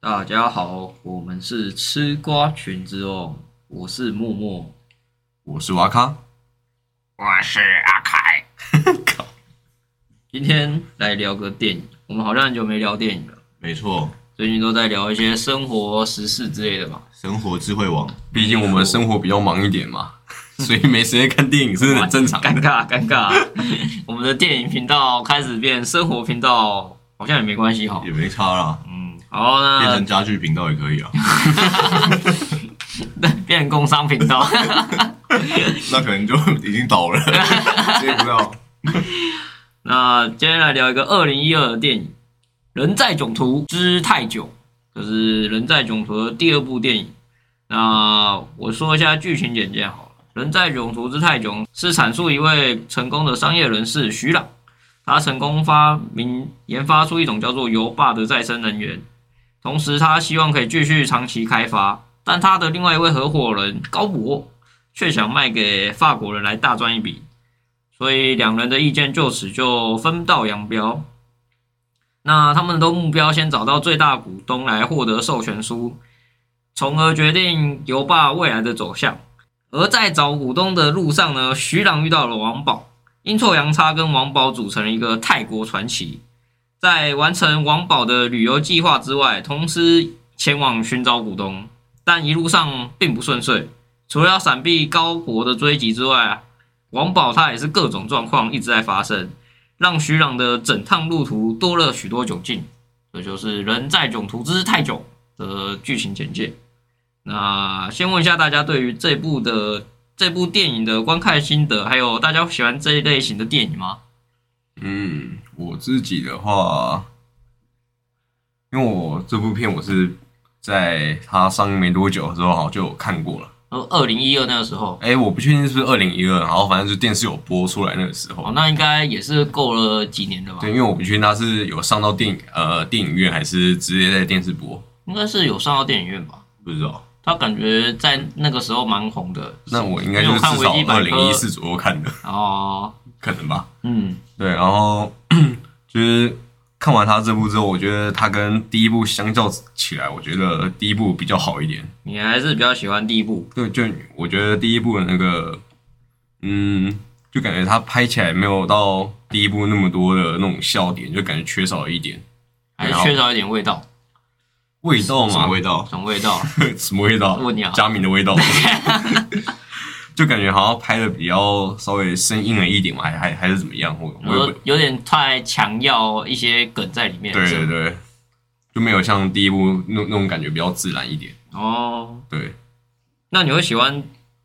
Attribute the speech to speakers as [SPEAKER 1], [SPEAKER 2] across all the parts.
[SPEAKER 1] 大家好，我们是吃瓜群之哦，我是默默，
[SPEAKER 2] 我是瓦康，
[SPEAKER 3] 我是阿凯。
[SPEAKER 1] 今天来聊个电影，我们好像很久没聊电影了，
[SPEAKER 2] 没错，
[SPEAKER 1] 最近都在聊一些生活时事之类的嘛。
[SPEAKER 2] 生活智慧王，
[SPEAKER 4] 毕竟我们生活比较忙一点嘛， 所以没时间看电影是 很正常
[SPEAKER 1] 尴
[SPEAKER 4] 的。
[SPEAKER 1] 尬，尴尬，我们的电影频道开始变生活频道，好像也没关系哈。
[SPEAKER 2] 也没差啦，
[SPEAKER 1] 嗯，好，
[SPEAKER 2] 变
[SPEAKER 1] 那
[SPEAKER 2] 成家具频道也可以
[SPEAKER 4] 嗯
[SPEAKER 2] 啊。
[SPEAKER 1] 变成工商频道。
[SPEAKER 2] 那可能就已经倒了， 接不到。
[SPEAKER 1] 那今天来聊一个二零一二的电影《人在囧途之太久》，就是《人在囧途》的第二部电影。那我说一下剧情简介好了，《人在囧途之太久》是阐述一位成功的商业人士徐朗，他成功发明研发出一种叫做油坝的再生能源，同时他希望可以继续长期开发，但他的另外一位合伙人高博却想卖给法国人来大赚一笔，所以两人的意见就此就分道扬镳。那他们都目标先找到最大股东来获得授权书，从而决定油霸未来的走向。而在找股东的路上呢，徐朗遇到了王宝，阴错阳差跟王宝组成了一个泰国传奇。在完成王宝的旅游计划之外，同时前往寻找股东，但一路上并不顺遂。除了要闪避高博的追击之外，王宝他也是各种状况一直在发生，让徐朗的整趟路途多了许多窘境。这就是《人在囧途之太囧》的剧情简介。那先问一下大家对于这部的这部电影的观看心得，还有大家喜欢这一类型的电影吗？
[SPEAKER 4] 嗯，我自己的话，因为我这部片我是在它上映没多久的时候好像就有看过了。
[SPEAKER 1] 呃，二零一二那个时候，
[SPEAKER 4] 哎、我不确定是不是二零一二，然后反正就电视有播出来那个时
[SPEAKER 1] 哦
[SPEAKER 4] 候，。
[SPEAKER 1] 那应该也是够了几年了吧？
[SPEAKER 4] 对，因为我不确定它是有上到电影呃电影院还是直接在电视播，
[SPEAKER 1] 应该是有上到电影院吧？
[SPEAKER 4] 不知道。
[SPEAKER 1] 他感觉在那个时候蛮红的。
[SPEAKER 4] 那我应该就是至少
[SPEAKER 1] 因为我看
[SPEAKER 4] 二
[SPEAKER 1] 维基百科
[SPEAKER 4] 零一四左右看的，
[SPEAKER 1] 哦，
[SPEAKER 4] 可能吧。
[SPEAKER 1] 嗯，
[SPEAKER 4] 对，然后 就是看完他这部之后，我觉得他跟第一部相较起来，我觉得第一部比较好一点。
[SPEAKER 1] 你还是比较喜欢第一部
[SPEAKER 4] 对，就我觉得第一部的那个，嗯，就感觉他拍起来没有到第一部那么多的那种笑点，就感觉缺少了一点
[SPEAKER 1] 还是缺少一点味道，
[SPEAKER 4] 味道
[SPEAKER 2] 什
[SPEAKER 4] 嘛
[SPEAKER 2] 么，味道？
[SPEAKER 1] 什么味 道？
[SPEAKER 4] 什么味道？
[SPEAKER 1] 问你啊
[SPEAKER 4] 佳明的 味道。就感觉好像拍的比较稍微生硬了一点嘛，还还还是怎么样？我我也不
[SPEAKER 1] 有有点太强要一些梗在里面。
[SPEAKER 4] 对
[SPEAKER 1] 是
[SPEAKER 4] 对
[SPEAKER 1] 吗
[SPEAKER 4] 对，就没有像第一部那那种感觉比较自然一点。
[SPEAKER 1] 哦，
[SPEAKER 4] 对，
[SPEAKER 1] 那你会喜欢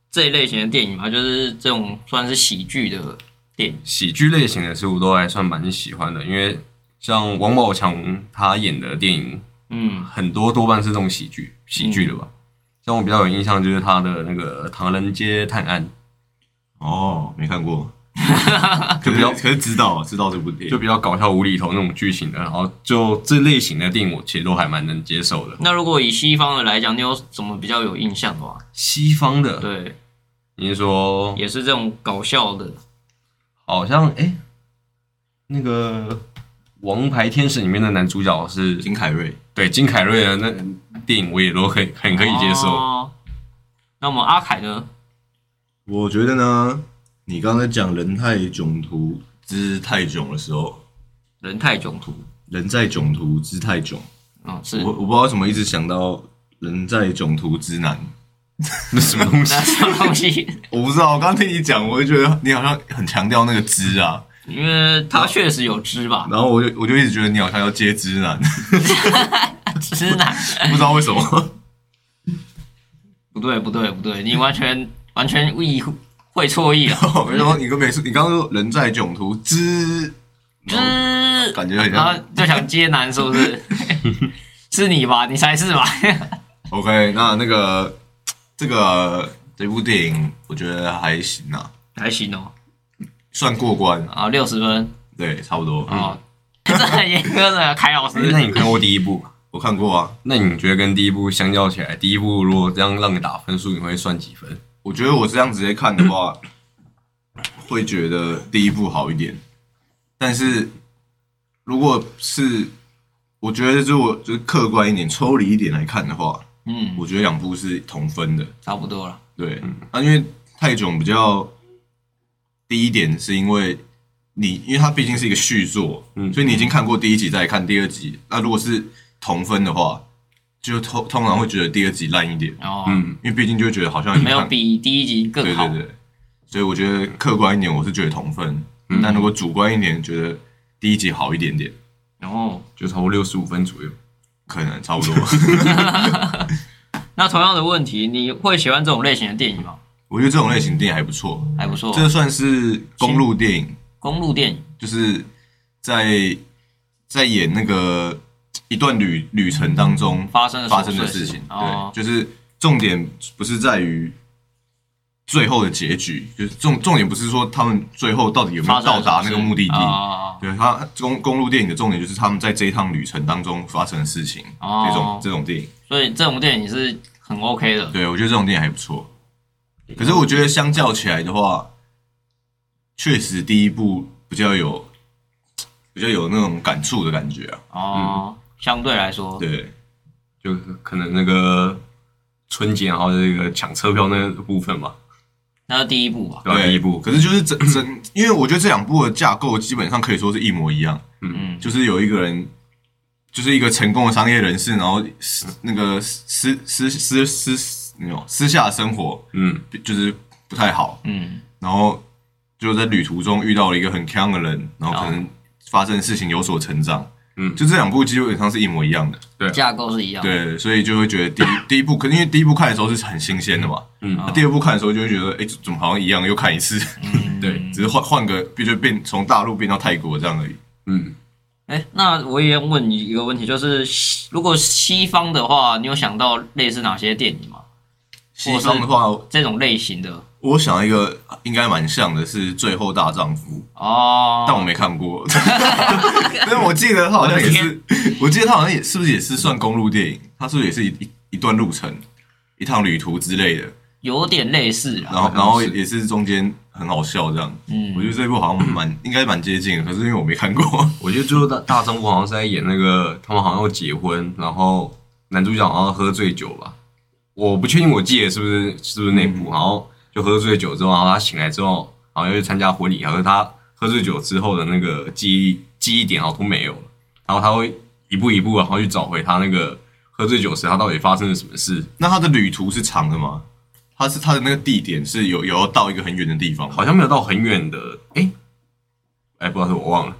[SPEAKER 1] 这一类型的电影吗？就是这种算是喜剧的电影。
[SPEAKER 4] 喜剧类型的事物都还算蛮喜欢的，因为像王宝强他演的电影
[SPEAKER 1] 嗯，
[SPEAKER 4] 很多多半是这种喜剧喜剧的吧。像我比较有印象就是他的那个《唐人街探案
[SPEAKER 2] 哦，没看 过，
[SPEAKER 4] 就
[SPEAKER 2] 可
[SPEAKER 4] 比
[SPEAKER 2] 是
[SPEAKER 4] 较
[SPEAKER 2] 可是知道知道这部电》，
[SPEAKER 4] 就
[SPEAKER 2] 影，
[SPEAKER 4] 比较搞笑无厘头那种剧情的，然后就这类型的电影我其实都还蛮能接受的。
[SPEAKER 1] 那如果以西方的来讲，你有什么比较有印象的吗？
[SPEAKER 4] 西方的，
[SPEAKER 1] 对，
[SPEAKER 4] 你是说
[SPEAKER 1] 也是这种搞笑的。
[SPEAKER 4] 好像哎、那个《王牌天使》里面的男主角是
[SPEAKER 2] 金凯瑞，
[SPEAKER 4] 对金凯瑞的那电影，我也都很很可以接受。
[SPEAKER 1] 哦那我们阿凯呢？
[SPEAKER 2] 我觉得呢，你刚才讲人太囧途之太囧的时候，
[SPEAKER 1] 人太囧途，
[SPEAKER 2] 人在囧途之太囧，
[SPEAKER 1] 嗯，是
[SPEAKER 2] 我我不知道为什么一直想到人在囧途之南，
[SPEAKER 4] 那什么东西
[SPEAKER 1] 那？什么东西？
[SPEAKER 2] 我不知道，我刚听你讲，我就觉得你好像很强调那个之啊，
[SPEAKER 1] 因为他确实有知 吧，
[SPEAKER 2] 然后我就我就一直觉得你好像要接之 男，
[SPEAKER 1] 知男。
[SPEAKER 2] 不知道为什么。
[SPEAKER 1] 不对，不对，不对，你完全完全意会错意了。
[SPEAKER 2] 然后你跟美术，你刚刚说人在囧途之，
[SPEAKER 1] 知，
[SPEAKER 2] 感觉很
[SPEAKER 1] 嗯然后
[SPEAKER 2] 像。
[SPEAKER 1] 就想接男，是不 是？是你吧？你才是吧？
[SPEAKER 2] OK，那那个这个这部电影，我觉得还行啊，
[SPEAKER 1] 还行哦，
[SPEAKER 2] 算过关，
[SPEAKER 1] 啊，六十分
[SPEAKER 2] 对，差不多。
[SPEAKER 1] 哦， 这很严苛的凯老
[SPEAKER 2] 嗯
[SPEAKER 4] 那
[SPEAKER 1] 师。
[SPEAKER 4] 你看过第一部吗？
[SPEAKER 2] 我看过啊，
[SPEAKER 4] 那你觉得跟第一部相较起来，第一部如果这样让你打分数，你会算几分？
[SPEAKER 2] 我觉得我这样直接看的话， 会觉得第一部好一点，但是如果是我觉得如果就是客观一点、抽离一点来看的话，
[SPEAKER 1] 嗯，
[SPEAKER 2] 我觉得两部是同分的。
[SPEAKER 1] 差不多了。
[SPEAKER 2] 对，啊，因为泰囧比较第一点是因为你，因为它毕竟是一个续作，
[SPEAKER 4] 嗯
[SPEAKER 2] 所以你已经看过第一集，再来看第二集。那如果是同分的话，就通通常会觉得第二集烂一点，
[SPEAKER 1] 哦，
[SPEAKER 4] 嗯，
[SPEAKER 2] 因为毕竟就会觉得好像已经
[SPEAKER 1] 没有
[SPEAKER 2] 看
[SPEAKER 1] 比第一集更
[SPEAKER 2] 对
[SPEAKER 1] 好。
[SPEAKER 2] 对对，所以我觉得客观一点，我是觉得同分。
[SPEAKER 4] 嗯
[SPEAKER 2] 但如果主观一点，觉得第一集好一点点，
[SPEAKER 1] 然后，
[SPEAKER 4] 就差不多六十五分左右。
[SPEAKER 2] 可能差不多。
[SPEAKER 1] 那同样的问题，你会喜欢这种类型的电影吗？
[SPEAKER 2] 我觉得这种类型电影还不错，
[SPEAKER 1] 还不错，
[SPEAKER 2] 这算是公路电影，
[SPEAKER 1] 公路电影。
[SPEAKER 2] 就是在在演那个一段旅旅程当中
[SPEAKER 1] 发生的
[SPEAKER 2] 发生的
[SPEAKER 1] 琐碎
[SPEAKER 2] 事
[SPEAKER 1] 事
[SPEAKER 2] 情。
[SPEAKER 1] 哦
[SPEAKER 2] 对，就是重点不是在于最后的结局，就是重重点不是说他们最后到底有没有到达那个目的地。
[SPEAKER 1] 哦
[SPEAKER 2] 对他公公路电影的重点就是他们在这一趟旅程当中发生的事情，
[SPEAKER 1] 哦
[SPEAKER 2] 这种这种电影，
[SPEAKER 1] 所以这种电影是很 OK 的。
[SPEAKER 2] 对我觉得这种电影还不错。可是我觉得相较起来的话，确实第一部比较有比较有那种感触的感觉啊。
[SPEAKER 1] 哦，相对来说，
[SPEAKER 2] 对，
[SPEAKER 4] 就可能那个春节，然后这个抢车票那个部分吧，
[SPEAKER 1] 那是第一部吧。
[SPEAKER 4] 对吧？
[SPEAKER 2] 对
[SPEAKER 4] 第一部，
[SPEAKER 2] 可是就是整整，因为我觉得这两部的架构基本上可以说是一模一样，
[SPEAKER 1] 嗯，
[SPEAKER 2] 就是有一个人，就是一个成功的商业人士，然后私那个私私私私私那种私下生活
[SPEAKER 4] 嗯，
[SPEAKER 2] 就是不太好，
[SPEAKER 1] 嗯，
[SPEAKER 2] 然后就在旅途中遇到了一个很强的人，然后可能发生的事情有所成长。
[SPEAKER 4] 嗯
[SPEAKER 2] 就这两部基本上是一模一样的，
[SPEAKER 1] 架构是一样。，
[SPEAKER 2] 对，所以就会觉得 第一第一部，可能因为第一部看的时候是很新鲜的嘛，啊
[SPEAKER 4] 嗯
[SPEAKER 2] 那第二部看的时候就会觉得，哎、怎么好像一样，又看一次，
[SPEAKER 1] 嗯
[SPEAKER 4] 对
[SPEAKER 2] 只是换换个，就变从大陆变到泰国这样而已。
[SPEAKER 4] 嗯，
[SPEAKER 1] 哎，那我也问你一个问题，就是西如果西方的话，你有想到类似哪些电影吗？
[SPEAKER 2] 西方的话，
[SPEAKER 1] 这种类型的
[SPEAKER 2] 我想一个应该蛮像的是《最后大丈夫》，
[SPEAKER 1] 哦，
[SPEAKER 2] 但我没看过， 但是我记得他好像也是，我记得他好像也是不是也是算公路电影？他是不是也是一一一段路程、一趟旅途之类的？
[SPEAKER 1] 有点类似
[SPEAKER 2] 然
[SPEAKER 1] 啦。
[SPEAKER 2] 后
[SPEAKER 4] 好像是
[SPEAKER 2] 然后也是中间很好笑这样。我觉
[SPEAKER 1] 嗯，
[SPEAKER 2] 得这部好像蛮应该蛮接近的，可是因为我没看过，
[SPEAKER 4] 我觉得最后大大丈夫好像是在演那个他们好像要结婚，然后男主角好像喝醉酒吧，我不确定我记得是不是是不是那
[SPEAKER 2] 嗯
[SPEAKER 4] 部，然后就喝醉酒之后，然后他醒来之后，好像去参加婚礼，然后他喝醉酒之后的那个记忆记忆点好像都没有了，然后他会一步一步然后去找回他那个喝醉酒时他到底发生了什么事，
[SPEAKER 2] 那他的旅途是长的吗？他是他的那个地点是有有要到一个很远的地方吗？
[SPEAKER 4] 好像没有到很远的，哎、哎、不知道是我忘了，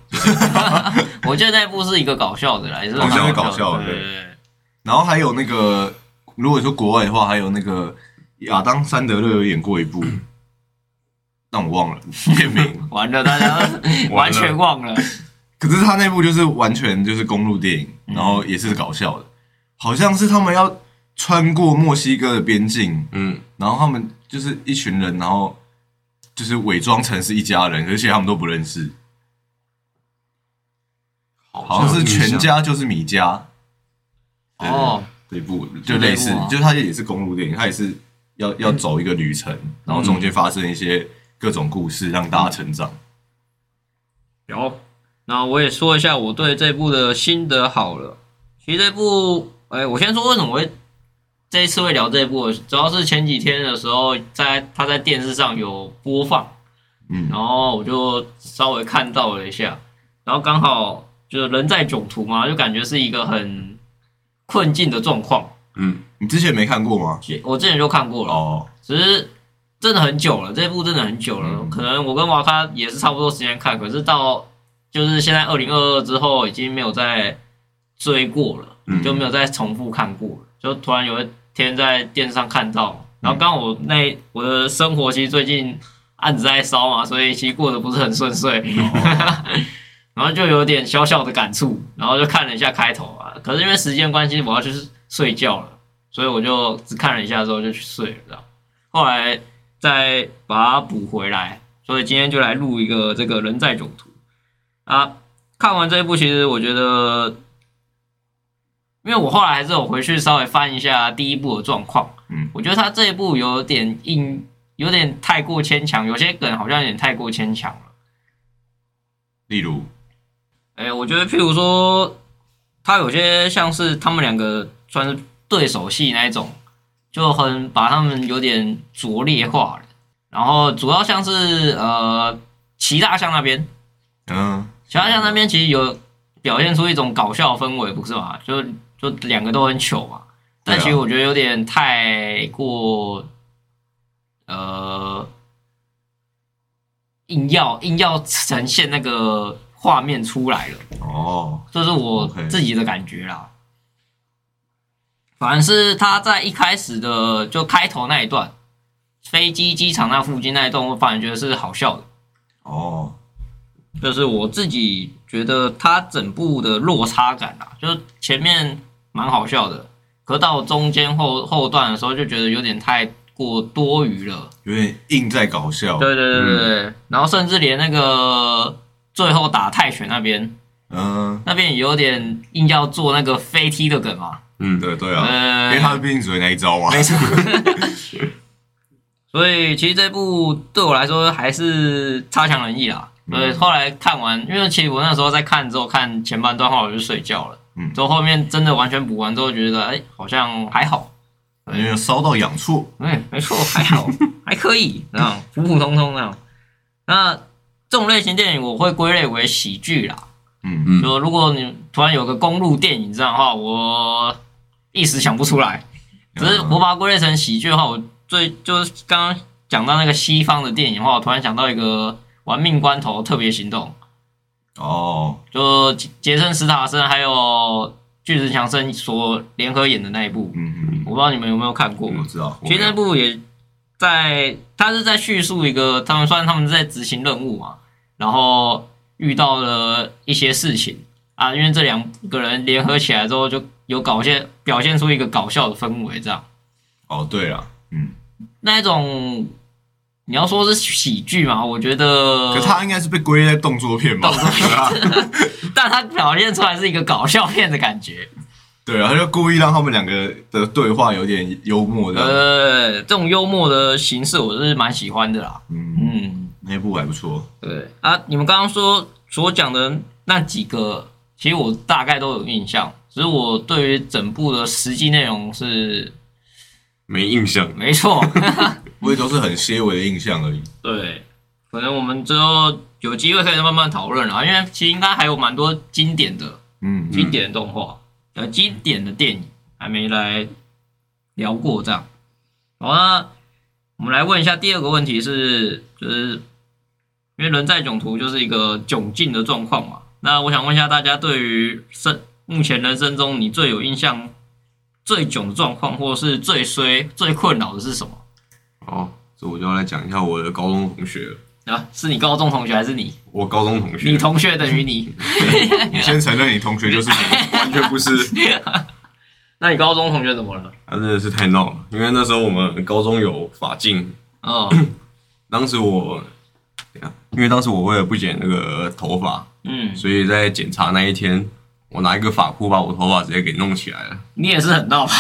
[SPEAKER 1] 我觉得那部是一个搞笑的啦，也是蛮
[SPEAKER 2] 好像是
[SPEAKER 1] 搞
[SPEAKER 2] 搞笑
[SPEAKER 1] 的。
[SPEAKER 2] 的
[SPEAKER 1] 对对对
[SPEAKER 2] 然后还有那个，如果说国外的话，还有那个亚当·山德勒有演过 一部，但我忘了 片名。
[SPEAKER 1] 完了，大家完全忘了。
[SPEAKER 2] 可是他那部就是完全就是公路电影，
[SPEAKER 1] 嗯
[SPEAKER 2] 然后也是搞笑的，好像是他们要穿过墨西哥的边境，
[SPEAKER 4] 嗯，
[SPEAKER 2] 然后他们就是一群人，然后就是伪装成是一家人，而且他们都不认识，好像是全家就是米家对
[SPEAKER 1] 哦，
[SPEAKER 2] 这一部，就类似
[SPEAKER 1] 这一部啊，
[SPEAKER 2] 就它也是公路电影，它也是要要走一个旅程，然后中间发生一些各种故事，让大家成长。
[SPEAKER 1] 有，那我也说一下我对这部的心得好了。其实这部，哎、我先说为什么我会这一次会聊这部，主要是前几天的时候在他在电视上有播放，
[SPEAKER 2] 嗯
[SPEAKER 1] 然后我就稍微看到了一下，然后刚好就是人在囧途嘛，就感觉是一个很困境的状况。
[SPEAKER 4] 嗯，
[SPEAKER 2] 你之前没看过吗？
[SPEAKER 1] 我之前就看过了，
[SPEAKER 2] 哦，
[SPEAKER 1] 只是真的很久了，这部真的很久了，可能我跟娃咖也是差不多时间看，可是到就是现在二零二二之后，已经没有再追过了，
[SPEAKER 4] 嗯
[SPEAKER 1] 就没有再重复看过了，就突然有一天在电视上看到，然后刚好我那我的生活其实最近案子在烧嘛，所以其实过得不是很顺遂。 然后就有点小小的感触，然后就看了一下开头啊，可是因为时间关系，我要去睡觉了，所以我就只看了一下之后就去睡了，这样。后来再把它补回来，所以今天就来录一个这个人在囧途啊。看完这一部，其实我觉得，因为我后来还是有回去稍微翻一下第一部的状况，
[SPEAKER 2] 嗯，
[SPEAKER 1] 我觉得他这一部有点硬，有点太过牵强，有些梗好像有点太过牵强了。
[SPEAKER 2] 例如
[SPEAKER 1] 哎、我觉得譬如说，他有些像是他们两个算是对手戏那一种，就很把他们有点拙劣化了。然后主要像是呃齐大象那边，
[SPEAKER 2] 嗯，
[SPEAKER 1] 齐大象那边其实有表现出一种搞笑氛围，不是嘛？就就两个都很糗嘛，但
[SPEAKER 2] 对啊
[SPEAKER 1] 其实我觉得有点太过呃硬要硬要呈现那个画面出来了。
[SPEAKER 2] 哦，
[SPEAKER 1] 这是我
[SPEAKER 2] OK
[SPEAKER 1] 自己的感觉啦。反正是他在一开始的就开头那一段，飞机机场那附近那一段，我反而觉得是好笑的。
[SPEAKER 2] 哦，
[SPEAKER 1] 就是我自己觉得它整部的落差感啊，就是前面蛮好笑的，可到中间后后段的时候就觉得有点太过多余了。
[SPEAKER 2] 有点硬在搞笑，
[SPEAKER 1] 对对对对对，然后甚至连那个最后打泰拳那边，
[SPEAKER 2] 嗯，
[SPEAKER 1] 那边也有点硬要做那个飞踢的梗嘛。
[SPEAKER 4] 嗯，
[SPEAKER 2] 对对啊，因
[SPEAKER 1] 呃，
[SPEAKER 2] 为他毕竟只会那一招嘛，没错，
[SPEAKER 1] 所以其实这部对我来说还是差强人意啦。
[SPEAKER 2] 嗯
[SPEAKER 1] 所以后来看完，因为其实我那时候在看之后看前半段后我就睡觉了，
[SPEAKER 2] 嗯
[SPEAKER 1] 之后后面真的完全补完之后觉得，哎、好像还好，
[SPEAKER 2] 因为烧到痒处，
[SPEAKER 1] 哎、没错，还好，还可以，那样普普通通那样。那这种类型电影我会归类为喜剧啦，
[SPEAKER 2] 嗯，
[SPEAKER 4] 嗯，
[SPEAKER 1] 就如果你突然有个公路电影这样的话，我一时想不出来。只
[SPEAKER 2] 嗯
[SPEAKER 1] 是我把它归类成喜剧的话，我最就是刚刚讲到那个西方的电影的话，我突然想到一个《玩命关头特别行动
[SPEAKER 2] 哦，》，
[SPEAKER 1] 就杰杰森·斯塔森还有巨石强森所联合演的那一部，
[SPEAKER 2] 嗯嗯，
[SPEAKER 1] 我不知道你们有没有看过。
[SPEAKER 2] 我知道，
[SPEAKER 1] 其实那部也在，他是在叙述一个他们算他们在执行任务嘛，然后遇到了一些事情啊，因为这两个人联合起来之后，就有搞些表现出一个搞笑的氛围这样。
[SPEAKER 2] 哦，对了，嗯，
[SPEAKER 1] 那一种，你要说是喜剧嘛，我觉得，
[SPEAKER 2] 可他应该是被归类在呃动作片吧？
[SPEAKER 1] 但他表现出来是一个搞笑片的感觉。
[SPEAKER 2] 对啊，他就故意让他们两个的对话有点幽默的，
[SPEAKER 1] 呃，这种幽默的形式我是蛮喜欢的啦。
[SPEAKER 2] 嗯，
[SPEAKER 1] 嗯，
[SPEAKER 2] 那部还不错，
[SPEAKER 1] 对啊，你们刚刚说所讲的那几个，其实我大概都有印象，只是我对于整部的实际内容是
[SPEAKER 4] 没印象。
[SPEAKER 1] 没错。
[SPEAKER 2] 我也都是很些微的印象而已，
[SPEAKER 1] 对，可能我们之后有机会可以慢慢讨论啦，因为其实应该还有蛮多经典的。
[SPEAKER 2] 嗯，
[SPEAKER 1] 经典的动画，呃，经典的电影还没来聊过这样。好，那我们来问一下第二个问题是，就是因为人在囧途就是一个窘境的状况嘛。那我想问一下大家，对于生目前人生中你最有印象、最囧的状况，或是最衰、最困扰的是什么？
[SPEAKER 4] 哦，这我就要来讲一下我的高中同学了，
[SPEAKER 1] 啊，是你高中同学还是你？
[SPEAKER 4] 我高中同学，
[SPEAKER 1] 你同学等于你？
[SPEAKER 2] 你先承认你同学就是 你，
[SPEAKER 4] 完全不是，
[SPEAKER 1] 那你高中同学怎么了？
[SPEAKER 4] 他真的是太闹了。因为那时候我们高中有法镜，
[SPEAKER 1] 哦，
[SPEAKER 4] 当时我，等一下因为当时我为了不剪那个头发，
[SPEAKER 1] 嗯，
[SPEAKER 4] 所以在检查那一天，我拿一个发箍把我头发直接给弄起来了。
[SPEAKER 1] 你也是很闹吧？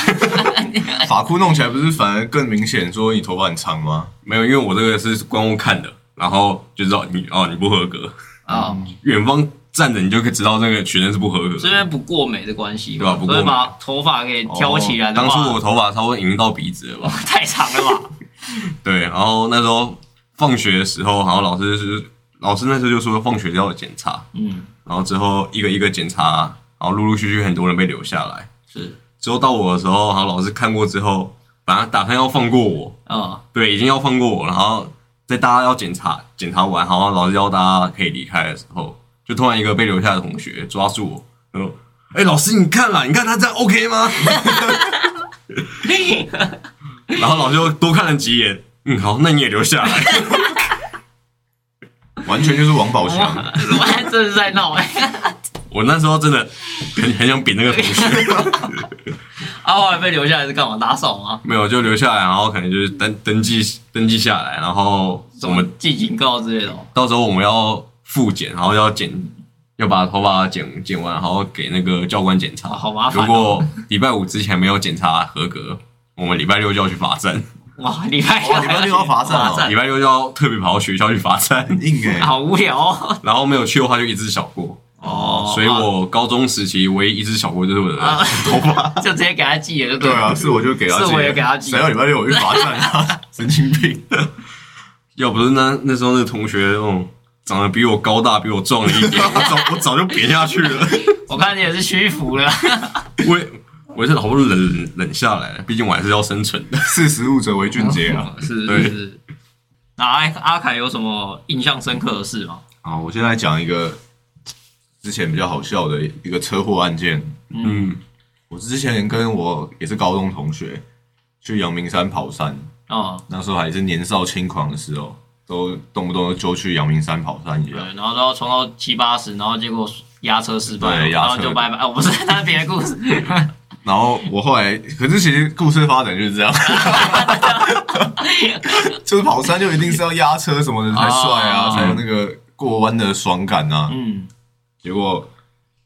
[SPEAKER 2] 发箍弄起来不是反而更明显说你头发很长吗？
[SPEAKER 4] 没有，因为我这个是观望看的，然后就知道你哦，你不合格。
[SPEAKER 1] 啊、
[SPEAKER 4] 远方站着你就可以知道那个学生是不合格
[SPEAKER 1] 是因
[SPEAKER 4] 的。
[SPEAKER 1] 为不过美的关系
[SPEAKER 4] 对啊
[SPEAKER 1] 嘛，
[SPEAKER 4] 不过
[SPEAKER 1] 所
[SPEAKER 4] 美
[SPEAKER 1] 以把头发给挑起来的
[SPEAKER 4] 哦当
[SPEAKER 1] 话，
[SPEAKER 4] 初我头发差不多已经到鼻子了吧？
[SPEAKER 1] 太长了吧？
[SPEAKER 4] 对，然后那时候放学的时候，然后老师是老师那时候就说放学要检查，
[SPEAKER 1] 嗯，
[SPEAKER 4] 然后之后一个一个检查，然后陆陆续续很多人被留下来。
[SPEAKER 1] 是，
[SPEAKER 4] 之后到我的时候，然后老师看过之后，本来打算要放过我，
[SPEAKER 1] 啊、
[SPEAKER 4] 对，已经要放过我，然后在大家要检查检查完，然后老师要大家可以离开的时候，就突然一个被留下的同学抓住我，然后哎、老师你看啦，你看他这样 OK 吗？ 然后老师就多看了几眼，嗯，好，那你也留下来。
[SPEAKER 2] 完全就是王宝强，
[SPEAKER 1] 哇，我还真是在闹哎、
[SPEAKER 4] 我那时候真的很很想扁那个 同学，
[SPEAKER 1] 啊，后来被留下来是干嘛？打扫吗？
[SPEAKER 4] 没有就留下来，然后可能就是登登记登记下来，然后
[SPEAKER 1] 什
[SPEAKER 4] 我
[SPEAKER 1] 么
[SPEAKER 4] 们
[SPEAKER 1] 记警告之类的哦？
[SPEAKER 4] 到时候我们要复检，然后要剪，要把头发剪剪完，然后给那个教官检查。
[SPEAKER 1] 哦好麻烦哦
[SPEAKER 4] 如果礼拜五之前没有检查合格，我们礼拜六就要去罚站，
[SPEAKER 1] 哇，礼拜
[SPEAKER 2] 哦礼拜六要罚站哦
[SPEAKER 1] 罚
[SPEAKER 4] 礼拜六就要特别跑到学校去罚站，
[SPEAKER 2] 硬哎、
[SPEAKER 1] 好无聊、哦。
[SPEAKER 4] 然后没有去的话就一致小过。
[SPEAKER 1] 哦
[SPEAKER 4] 所以我高中时期唯一一只小过就是我的
[SPEAKER 1] 啊
[SPEAKER 4] 头发。
[SPEAKER 1] 就直接给他寄了，就
[SPEAKER 2] 对
[SPEAKER 1] 对了。
[SPEAKER 2] 啊，是我就给他
[SPEAKER 1] 是
[SPEAKER 2] 寄，
[SPEAKER 1] 我也给他寄
[SPEAKER 2] 谁要礼拜六我去罚站啊？ 神经病！
[SPEAKER 4] 要不是那那时候那个同学，嗯，长得比我高大，比我壮了一 点，我早我早就扁下去了。
[SPEAKER 1] 我看你也是屈服了。
[SPEAKER 4] 我也我也是好不容易忍忍下来了，毕竟我还是要生存的。
[SPEAKER 2] 识时务者为俊杰啊！
[SPEAKER 1] 是
[SPEAKER 4] 对
[SPEAKER 1] 是是。那阿阿凯有什么印象深刻的事吗？
[SPEAKER 2] 啊，我现在讲一个之前比较好笑的一个车祸案件。
[SPEAKER 4] 嗯，
[SPEAKER 2] 我之前跟我也是高中同学去阳明山跑山，
[SPEAKER 1] 哦，
[SPEAKER 2] 那时候还是年少轻狂的时候，都动不动就揪去阳明山跑山一
[SPEAKER 1] 对
[SPEAKER 2] 样。，
[SPEAKER 1] 然后都要冲到七八十，然后结果压车失败，
[SPEAKER 2] 对
[SPEAKER 1] 然后
[SPEAKER 2] 压车
[SPEAKER 1] 就拜拜。哦，不是，那是别的故 事。
[SPEAKER 2] 然后我后来，可是其实故事发展就是这样， 就是跑山就一定是要压车什么的才帅啊，
[SPEAKER 1] 哦
[SPEAKER 2] 才有那个过弯的爽感啊。
[SPEAKER 1] 嗯，
[SPEAKER 2] 结果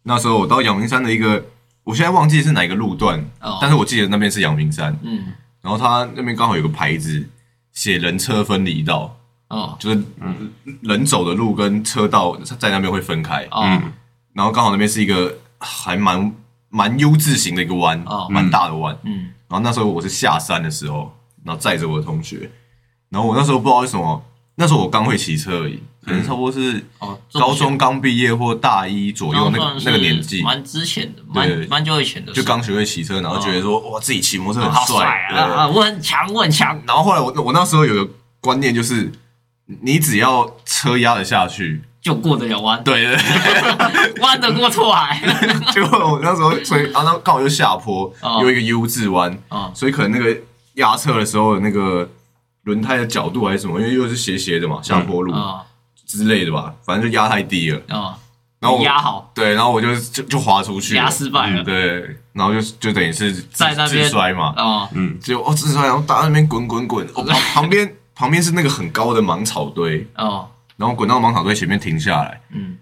[SPEAKER 2] 那时候我到阳明山的一个，我现在忘记是哪一个路段，
[SPEAKER 1] 哦
[SPEAKER 2] 但是我记得那边是阳明山，
[SPEAKER 1] 嗯，
[SPEAKER 2] 然后它那边刚好有个牌子写人车分离道，
[SPEAKER 1] 哦，
[SPEAKER 2] 就是人走的路跟车道在那边会分开，
[SPEAKER 1] 哦，
[SPEAKER 4] 嗯
[SPEAKER 2] 然后刚好那边是一个还蛮蛮 U 字形的一个弯，
[SPEAKER 1] 哦
[SPEAKER 2] 蛮大的弯。
[SPEAKER 1] 嗯，
[SPEAKER 2] 然后那时候我是下山的时候，然后载着我的同学，然后我那时候不知道为什么，那时候我刚会骑车而已，可能差不多是
[SPEAKER 1] 哦，这么
[SPEAKER 2] 高中刚毕业或大一左右那
[SPEAKER 1] 然后算
[SPEAKER 2] 个
[SPEAKER 1] 是
[SPEAKER 2] 那个年纪，
[SPEAKER 1] 蛮之前的，蛮
[SPEAKER 2] 对
[SPEAKER 1] 蛮久以前的事，
[SPEAKER 2] 就刚学会骑车，然后觉得说哇自己骑摩托车
[SPEAKER 1] 好
[SPEAKER 2] 很
[SPEAKER 1] 帅
[SPEAKER 2] 帅，
[SPEAKER 1] 啊
[SPEAKER 2] 对
[SPEAKER 1] 啊！我很强，我很强。
[SPEAKER 2] 然后后来我我那时候有个观念就是，你只要车压得下去，
[SPEAKER 1] 就过得了弯，
[SPEAKER 2] 对对 对。
[SPEAKER 1] 弯得过错海。
[SPEAKER 2] 结果我那时候所以啊，那刚好就下坡，
[SPEAKER 1] 哦
[SPEAKER 2] 有一个 U 字弯，
[SPEAKER 1] 哦
[SPEAKER 2] 所以可能那个压车的时候那个轮胎的角度还是什么，因为又是斜斜的嘛，下坡路
[SPEAKER 1] 哦
[SPEAKER 2] 之类的吧，反正就压太低了。
[SPEAKER 1] 哦，
[SPEAKER 2] 嗯然后我
[SPEAKER 1] 压好，
[SPEAKER 2] 对，然后我就就就滑出去了，嗯
[SPEAKER 1] 压失败了。
[SPEAKER 2] 对，然后就就等于是自
[SPEAKER 1] 在那边
[SPEAKER 2] 自摔嘛，
[SPEAKER 1] 哦
[SPEAKER 4] 嗯，
[SPEAKER 2] 结果哦自摔，然后大家在那边滚滚滚，哦旁旁边旁边是那个很高的芒草堆，
[SPEAKER 1] 哦，
[SPEAKER 2] 然后滚到芒草堆前面停下来，
[SPEAKER 1] 嗯，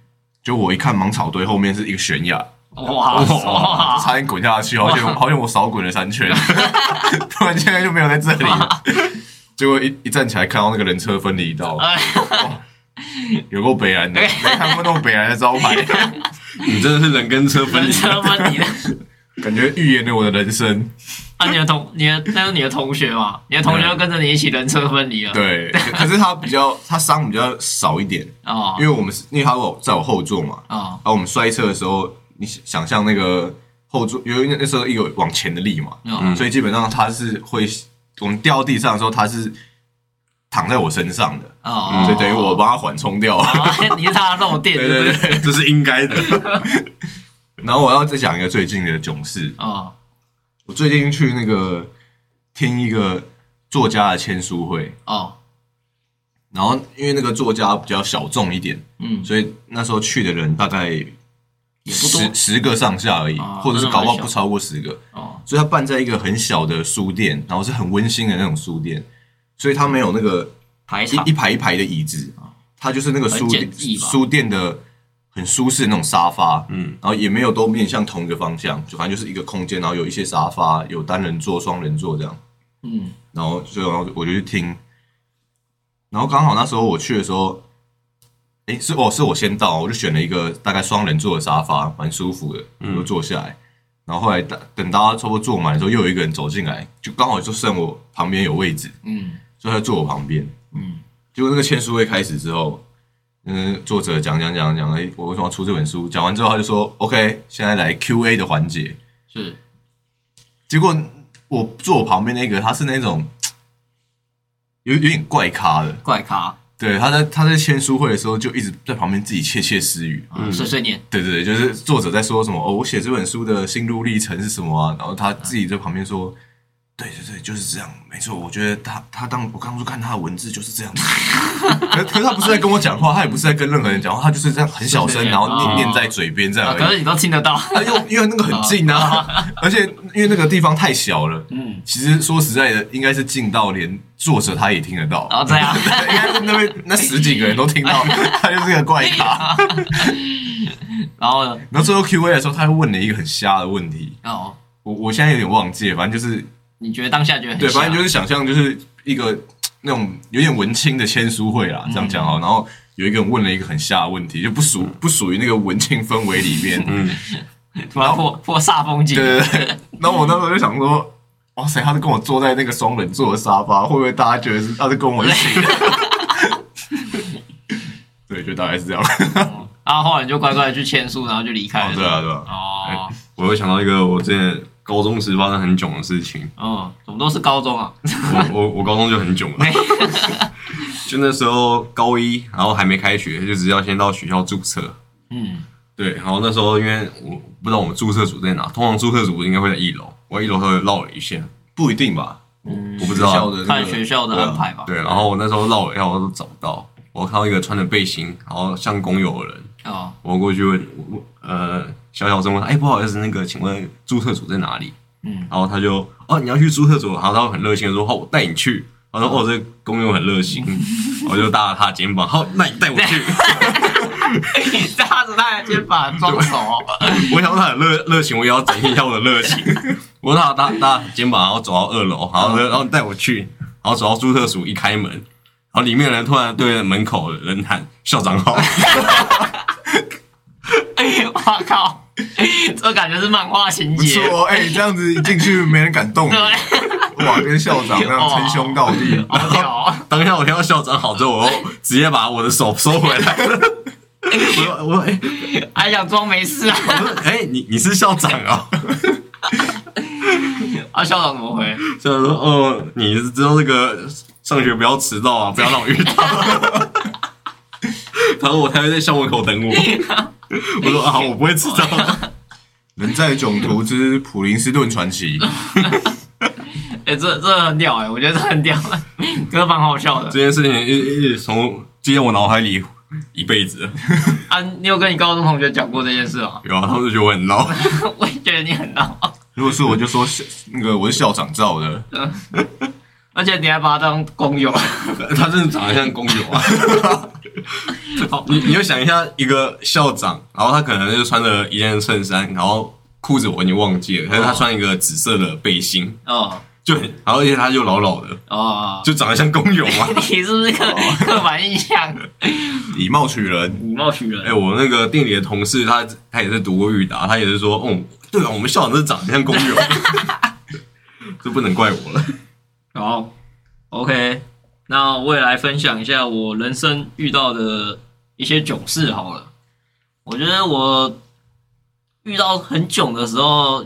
[SPEAKER 2] 就我一看芒草堆后面是一个悬崖。
[SPEAKER 1] 哇
[SPEAKER 2] 哇！
[SPEAKER 1] 哇，
[SPEAKER 2] 差点滚下去，好险我好险我少滚了三 圈，突然间就没有在这里了。结果一一站起来，看到那个人车分离道，
[SPEAKER 1] 哎
[SPEAKER 2] 哇有够北蓝的，没看过那么北蓝的招 牌，
[SPEAKER 4] 你真的是人跟车分
[SPEAKER 1] 人
[SPEAKER 4] 离。
[SPEAKER 1] 车分离的。
[SPEAKER 2] 感觉预言了我的人生。
[SPEAKER 1] 啊，你的同你的那是你的同学嘛？你的同学就跟着你一起人车分离了。
[SPEAKER 2] 对，可可是他比较他伤比较少一点，
[SPEAKER 1] 哦
[SPEAKER 2] 因为我们是因为他我在我后座嘛，
[SPEAKER 1] 哦
[SPEAKER 2] 然后我们摔车的时候，你想想象那个后座，因为那那时候一有往前的力嘛，
[SPEAKER 1] 哦
[SPEAKER 2] 啊所以基本上他是会，我们掉到地上的时候，他是躺在我身上的，
[SPEAKER 1] 哦，
[SPEAKER 2] 所以等于我帮他缓冲掉。
[SPEAKER 1] 哦， 你是他的肉垫，
[SPEAKER 2] 对
[SPEAKER 1] 对
[SPEAKER 2] 对
[SPEAKER 1] 对？
[SPEAKER 2] 对。
[SPEAKER 4] 这是应该的，
[SPEAKER 2] 然后我要再讲一个最近的囧事，
[SPEAKER 1] 哦
[SPEAKER 2] 我最近去那个听一个作家的签书会，
[SPEAKER 1] 哦，
[SPEAKER 2] 然后因为那个作家比较小众一点，
[SPEAKER 1] 嗯，
[SPEAKER 2] 所以那时候去的人大概
[SPEAKER 1] 也不多
[SPEAKER 2] 十十个上下而已，
[SPEAKER 1] 啊
[SPEAKER 2] 或者是搞不
[SPEAKER 1] 真的蛮
[SPEAKER 2] 好
[SPEAKER 1] 小
[SPEAKER 2] 不超过十个。
[SPEAKER 1] 哦
[SPEAKER 2] 所以他办在一个很小的书店，然后是很温馨的那种书店，所以他没有那个
[SPEAKER 1] 排场
[SPEAKER 2] 一一排一排的椅子，啊它就是那个书
[SPEAKER 1] 很
[SPEAKER 2] 店
[SPEAKER 1] 简易吧
[SPEAKER 2] 书店的很舒适的那种沙发，
[SPEAKER 4] 嗯，
[SPEAKER 2] 然后也没有都面向同一个方向，就反正就是一个空间，然后有一些沙发，有单人座、双人座这样，
[SPEAKER 1] 嗯
[SPEAKER 2] 然后所以然后我就去听，然后刚好那时候我去的时候，诶，是哦，是我先到，我就选了一个大概双人座的沙发，蛮舒服的，我就坐下来。然后后来大等大家差不多坐满的时候，又有一个人走进来，就刚好就剩我旁边有位置，
[SPEAKER 1] 嗯
[SPEAKER 2] 所以他就坐我旁边。
[SPEAKER 1] 嗯，
[SPEAKER 2] 结果那个签书会开始之后，嗯，作者讲讲讲讲，哎，我为什么要出这本书？讲完之后，他就说，OK，现在来 Q&A 的环节。
[SPEAKER 1] 是
[SPEAKER 2] 结果我坐我旁边那个，他是那种有有点怪咖的，
[SPEAKER 1] 怪咖，
[SPEAKER 2] 对，他在他在签书会的时候就一直在旁边自己窃窃私语。
[SPEAKER 1] 嗯碎碎念，
[SPEAKER 2] 对对对，就是作者在说什么哦，我写这本书的心路历程是什么啊？然后他自己在旁边说，对对对，就是这样，没错。我觉得他他当我当初看他的文字就是这样子， 可可是他不是在跟我讲话，他也不是在跟任何人讲话，他就是这样很小
[SPEAKER 1] 是是
[SPEAKER 2] 声，
[SPEAKER 1] 是
[SPEAKER 2] 然后
[SPEAKER 1] 哦
[SPEAKER 2] 念念在嘴边这样
[SPEAKER 1] 啊，
[SPEAKER 2] 而
[SPEAKER 1] 可
[SPEAKER 2] 已。
[SPEAKER 1] 是你都听得到，
[SPEAKER 2] 啊，因为因为那个很近啊， 而且因为那个地方太小了，
[SPEAKER 1] 嗯，
[SPEAKER 2] 其实说实在的，应该是近到连作者他也听得到。
[SPEAKER 1] 哦然后这样，
[SPEAKER 2] 应该是那边那十几个人都听 到，他就是个怪咖。
[SPEAKER 1] 然后呢，
[SPEAKER 2] 然后最后 Q&A 的时候，他还问了一个很瞎的问题，
[SPEAKER 1] 哦，
[SPEAKER 2] 我我现在有点忘记了，反正就是
[SPEAKER 1] 你觉得当下觉得很
[SPEAKER 2] 对，
[SPEAKER 1] 像
[SPEAKER 2] 嗯反正就是想象就是一个嘖那种有点文青的签书会啦，这样讲好。然后有一个人问了一个很下的问题，就不属不属于那个文青氛围里面。
[SPEAKER 4] 嗯，
[SPEAKER 1] 突然破破煞风景，
[SPEAKER 2] 对对对。然后我那时候就想说，哇塞，他是跟我坐在那个双人座的沙发，会不会大家觉得是他是跟我一 起？对，就大概是这样。
[SPEAKER 1] 哦然后后来你就乖乖地去签书，然后就离开
[SPEAKER 2] 哦
[SPEAKER 1] 了。
[SPEAKER 2] 对啊，对啊。
[SPEAKER 1] 哦，
[SPEAKER 4] 我又想到一个我之前高中时发生很囧的事情，
[SPEAKER 1] 嗯，怎么都是高中啊？
[SPEAKER 4] 我我我高中就很囧 了， 就那时候高一，然后还没开学，就只要先到学校注册。
[SPEAKER 1] 嗯，
[SPEAKER 4] 对，然后那时候因为我不知道我们注册组在哪，通常注册组应该会在一楼，我一楼稍微绕了一下，
[SPEAKER 2] 不一定吧？
[SPEAKER 1] 嗯
[SPEAKER 4] 我不知道
[SPEAKER 2] 学校的那个
[SPEAKER 1] 看学校的安排吧。
[SPEAKER 4] 对，然后我那时候绕了一下，我都找不到，我看到一个穿着背心，然后像工友的人，
[SPEAKER 1] 哦，
[SPEAKER 4] 我过去问，我呃，小小声问他，哎、不好意思，那个，请问注册组在哪里？
[SPEAKER 1] 嗯，
[SPEAKER 4] 然后他就，哦，你要去注册组，然后他很热心的说，哦好，我带你去。他说，哦，这工友很热 心，我就搭了他的肩膀，好，那你带我去。
[SPEAKER 1] 你搭着他的肩膀装熟哦，
[SPEAKER 4] 我想说他很热热情，我也要展现一下我的热情。我搭搭搭肩膀，然后走到二楼，然后然后你带我去，然后走到注册组一开门，然后里面的人突然对着门口的人喊校长好，
[SPEAKER 1] 哎我靠，这感觉是漫画情
[SPEAKER 2] 不
[SPEAKER 1] 节。
[SPEAKER 2] 错，哎，这样子一进去没人敢动你，
[SPEAKER 1] 对，
[SPEAKER 2] 哇，跟校长那样称兄道弟。
[SPEAKER 1] 好屌哦！
[SPEAKER 4] 当下我听到校长好之后，我又直接把我的手 收回来了。我我哎、
[SPEAKER 1] 还想装没事啊？
[SPEAKER 4] 我说哎、你你是校长啊？
[SPEAKER 1] 啊，校长怎么回？
[SPEAKER 4] 校长说，哦，你是知道那个上学不要迟到啊，不要让我遇到。啊他说我他会在校门口等我。我说啊，我不会迟到。
[SPEAKER 2] 人在囧途之普林斯顿传奇，
[SPEAKER 1] 哎、这这很屌哎、我觉得这很屌，这蛮好笑的
[SPEAKER 4] 这。件事情一一直从记在我脑海里一辈子了。
[SPEAKER 1] 啊，你有跟你高中同学讲过这件事吗？
[SPEAKER 4] 有啊，他们就觉得我很闹。
[SPEAKER 1] 我也觉得你很闹，
[SPEAKER 2] 如果是我就说是那个我是校长照的，
[SPEAKER 1] 而且你还把他当工友，
[SPEAKER 4] 他真的长得像公牛 啊！你你就想一下，一个校长，然后他可能就穿着一件衬衫，然后裤子我已经忘记了，但是他穿一个紫色的背心，
[SPEAKER 1] 哦
[SPEAKER 4] 就很，然后而且他就老老的，
[SPEAKER 1] 哦，
[SPEAKER 4] 就长得像公牛啊！
[SPEAKER 1] 你是不是刻刻板印 象？
[SPEAKER 2] 以貌取人，
[SPEAKER 1] 以貌取人。
[SPEAKER 4] 哎、我那个店里的同事，他他也是读过裕达，他也是说，哦，对啊，我们校长真的长得像公牛， 这不能怪我了。
[SPEAKER 1] 好，OK，那我也来分享一下我人生遇到的一些囧事好了。我觉得我遇到很囧的时候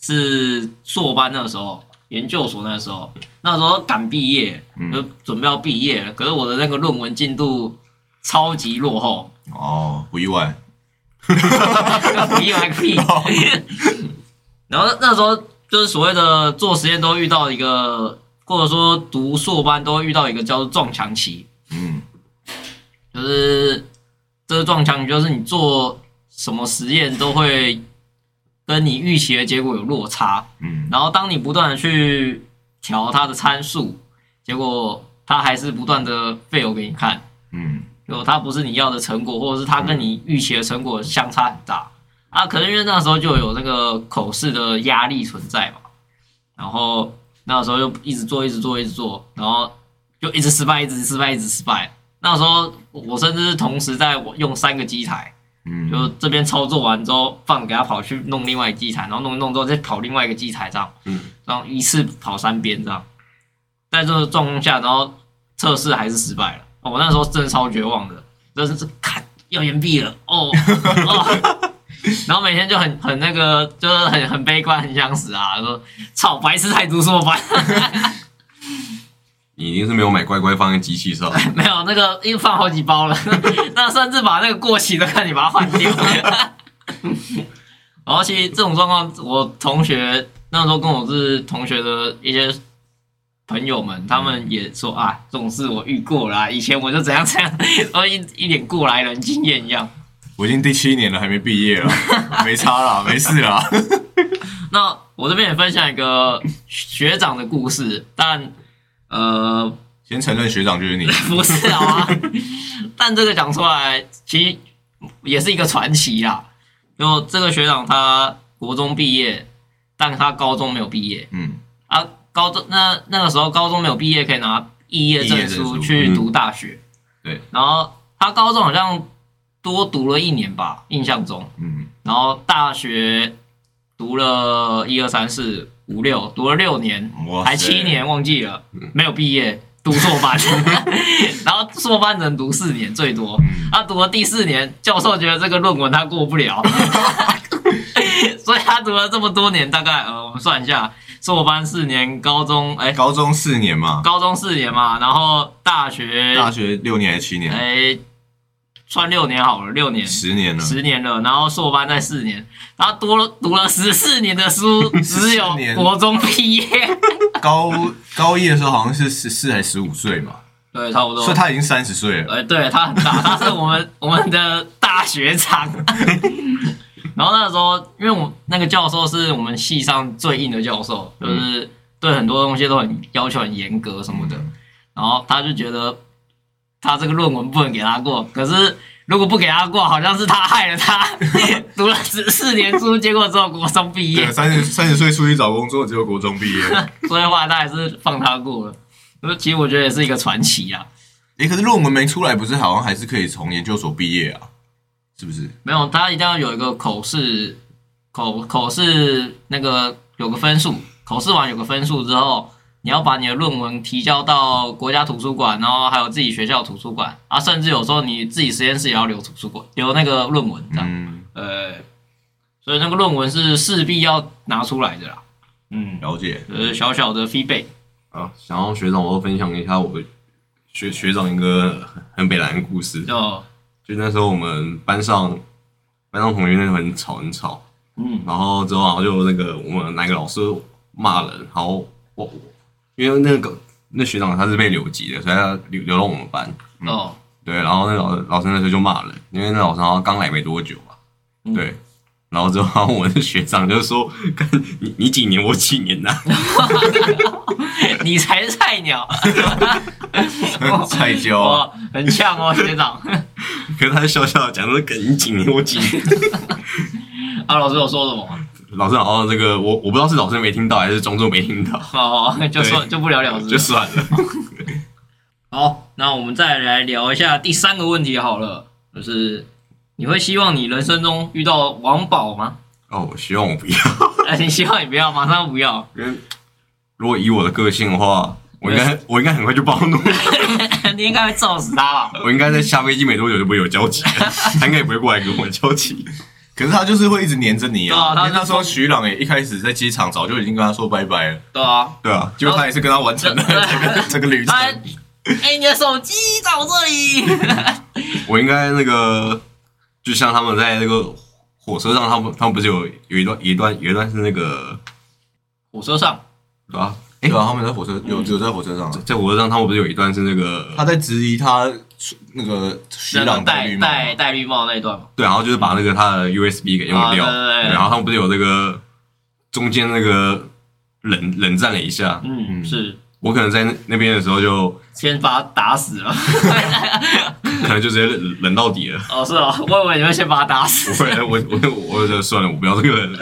[SPEAKER 1] 是硕班那时候，研究所那时候，那时候赶毕业，就准备要毕业了，可是我的那个论文进度超级落后，
[SPEAKER 2] 哦，不意外，
[SPEAKER 1] 你有个屁！然后那时候就是所谓的做实验都遇到一个，或者说读硕班都会遇到一个叫做撞墙期，
[SPEAKER 2] 嗯，
[SPEAKER 1] 就是这个撞墙期就是你做什么实验都会跟你预期的结果有落差，
[SPEAKER 2] 嗯，
[SPEAKER 1] 然后当你不断的去调它的参数，结果它还是不断的 fail 给你看。
[SPEAKER 2] 嗯，
[SPEAKER 1] 如果它不是你要的成果，或者是它跟你预期的成果相差很大啊，可能因为那时候就有那个口试的压力存在嘛，然后那时候就一直做，一直做，一直做，然后就一直失败，一直失败，一直失败。那时候我甚至是同时在我用三个机台，
[SPEAKER 2] 嗯，
[SPEAKER 1] 就这边操作完之后放给他跑去弄另外一个机台，然后弄一弄之后再跑另外一个机台这样，
[SPEAKER 4] 嗯，
[SPEAKER 1] 然后一次跑三边这样。在这个状况下，然后测试还是失败了。哦，我那时候真的超绝望的，真是看要延毕了哦哦。然后每天就很很那个，就是很很悲观，很想死啊！说操，白痴才读硕班，
[SPEAKER 4] 你一定是没有买乖乖放在机 器上。
[SPEAKER 1] 没有那个，因为放好几包了，那甚至把那个过期的看你把它换掉。 然后其实这种状况，我同学那时候跟我是同学的一些朋友们，他们也说啊，这种事我遇过啦，以前我就怎样怎样， 然后一一脸过来人经验一样。
[SPEAKER 2] 我已经第七年了，还没毕业了，没差啦，没事啦，
[SPEAKER 1] 那我这边也分享一个学长的故事，但呃
[SPEAKER 2] 先承认学长就是你，
[SPEAKER 1] 不是啊，但这个讲出来其实也是一个传奇啦。就这个学长他国中毕业，但他高中没有毕业
[SPEAKER 2] 嗯，
[SPEAKER 1] 啊。高中那那个时候高中没有毕业，可以拿肄业
[SPEAKER 2] 肄业
[SPEAKER 1] 证
[SPEAKER 2] 证
[SPEAKER 1] 书
[SPEAKER 2] 书
[SPEAKER 1] 去读大学。
[SPEAKER 2] 嗯对，
[SPEAKER 1] 然后他高中好像多读了一年吧，印象中。
[SPEAKER 2] 嗯，
[SPEAKER 1] 然后大学读了一二三四五六，读了六年，
[SPEAKER 2] 哇塞嗯
[SPEAKER 1] 还七年忘记了，没有毕业，读硕 班，然后硕班只能读四年最多，
[SPEAKER 2] 嗯
[SPEAKER 1] 他读了第四年，教授觉得这个论文他过不 了，所以他读了这么多年，大概呃，我们算一下，硕班四年，高中哎。
[SPEAKER 2] 高中四年嘛，
[SPEAKER 1] 高中四年嘛，然后大学
[SPEAKER 2] 大学六年还是七年，
[SPEAKER 1] 哎，算六年好了，六年
[SPEAKER 2] 十年了，
[SPEAKER 1] 十年了，然后硕班在四年，然后多了读了十四年的书，只有
[SPEAKER 2] 年
[SPEAKER 1] 国中毕业，
[SPEAKER 2] 高高一的时候好像是十四还十五岁嘛，
[SPEAKER 1] 对，差不多
[SPEAKER 2] 所以。他已经三十岁了。
[SPEAKER 1] 呃，对他很大，他是我们我们的大学 长。然后那时候，因为我那个教授是我们系上最硬的教授，就是对很多东西都很要求很严格什么的。然后他就觉得他这个论文不能给他过，可是如果不给他过，好像是他害了他， 读了十四年书，结果只有国中毕业
[SPEAKER 2] 对，。啊三十三十岁出去找工作，只有国中毕业。
[SPEAKER 1] 所以后来他还是放他过了。呃其实我觉得也是一个传奇啊，
[SPEAKER 2] 诶，可是论文没出来，不是好像还是可以从研究所毕业啊？是不是？
[SPEAKER 1] 没有他一定要有一个口试，口口试那个有个分数，口试完有个分数之后，你要把你的论文提交到国家图书馆，然后还有自己学校图书馆啊，甚至有时候你自己实验室也要留图书馆留那个论文这样，
[SPEAKER 2] 嗯，
[SPEAKER 1] 呃，所以那个论文是势必要拿出来的啦，嗯，
[SPEAKER 2] 了解。
[SPEAKER 1] 呃，小小的 feedback，
[SPEAKER 4] 啊，想要学长，我要分享一下我学学长一个很很北蓝的故事。
[SPEAKER 1] 就
[SPEAKER 4] 就那时候我们班上班上同学那时候很吵很吵，
[SPEAKER 1] 嗯
[SPEAKER 4] 然后之后然后就那个我们哪一个老师骂人，然后我因为那个那学长他是被留级的，所以他留留到我们班。
[SPEAKER 1] 哦，
[SPEAKER 4] 对，然后那老老师那时候就骂人，因为那老师好像刚来没多久嘛。
[SPEAKER 1] 嗯
[SPEAKER 4] 对，然后之后啊我的学长就说：“看你你几年，我几年啊呐、
[SPEAKER 1] 你才是菜鸟。
[SPEAKER 2] 菜椒，
[SPEAKER 1] 哦，很呛哦，学长。
[SPEAKER 4] 可是他就笑笑地讲说：“跟你几年，我几年。”
[SPEAKER 1] 啊，老师有说什么吗？
[SPEAKER 4] 老师好像这个我我不知道是老师没听到还是装作没听到，
[SPEAKER 1] 哦，就说
[SPEAKER 4] 对
[SPEAKER 1] 就不了了之。
[SPEAKER 4] 就算了。
[SPEAKER 1] 好，那我们再来聊一下第三个问题好了，就是你会希望你人生中遇到王宝吗？
[SPEAKER 4] 哦，我希望我不要，
[SPEAKER 1] 哎，你希望你不要，马上不要。
[SPEAKER 4] 因为如果以我的个性的话，我应该我应该很快就暴怒，
[SPEAKER 1] 你应该会揍死他吧？
[SPEAKER 4] 我应该在下飞机没多久就不会有交集 了，他应该也不会过来跟我交集。
[SPEAKER 2] 可是他就是会一直黏着你啊。
[SPEAKER 1] 对啊他
[SPEAKER 2] 因为那时候徐朗也一开始在机场早就已经跟他说拜拜了，
[SPEAKER 1] 对啊，
[SPEAKER 4] 对啊，
[SPEAKER 2] 结果他也是跟他 完成了
[SPEAKER 1] 对
[SPEAKER 2] 这个这个旅程
[SPEAKER 1] 他。哎，你的手机在我这里。
[SPEAKER 4] 我应该那个就像他们在那个火车上，他们他们不是有有一段有一段有一段是那个
[SPEAKER 1] 火车上，
[SPEAKER 4] 对啊，哎、
[SPEAKER 2] 对啊，他们在火车
[SPEAKER 1] 嗯
[SPEAKER 2] 有只有在火车上啊，
[SPEAKER 4] 在火车上他们不是有一段是那个
[SPEAKER 2] 他在质疑他那个徐
[SPEAKER 1] 那个
[SPEAKER 2] 朗
[SPEAKER 1] 戴
[SPEAKER 2] 戴绿帽吗，
[SPEAKER 1] 戴戴绿帽那一段嘛。
[SPEAKER 4] 对，然后就是把那个他的 USB 给用掉，
[SPEAKER 1] 啊对对对
[SPEAKER 4] 然后他们不是有那个中间那个冷冷战了一下，
[SPEAKER 1] 嗯，
[SPEAKER 2] 嗯
[SPEAKER 1] 是
[SPEAKER 4] 我可能在那那边的时候就
[SPEAKER 1] 先把他打死了。
[SPEAKER 4] 可能就直接冷冷到底了。
[SPEAKER 1] 哦，是哦，我以为你会先把他打死
[SPEAKER 4] 不。会，我我我就算了，我不要这个人了。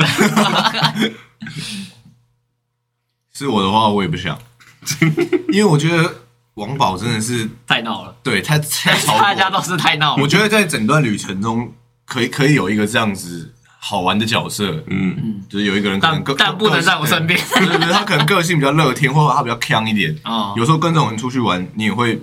[SPEAKER 2] 是我的话，我也不想， 因为我觉得王宝真的是
[SPEAKER 1] 太闹了，
[SPEAKER 2] 对他太 超
[SPEAKER 1] 大家
[SPEAKER 2] 过。
[SPEAKER 1] 都是太闹了
[SPEAKER 2] 我。觉得在整段旅程中，可以可以有一个这样子好玩的角色，
[SPEAKER 4] 嗯，
[SPEAKER 2] 就是有一个人可能
[SPEAKER 1] 但
[SPEAKER 2] 个
[SPEAKER 1] 但不能在我身。 边。
[SPEAKER 2] 个性对对对，他可能个性比较乐天，或者他比较强一点。
[SPEAKER 1] 哦，
[SPEAKER 2] 有时候跟这种人出去玩，你也会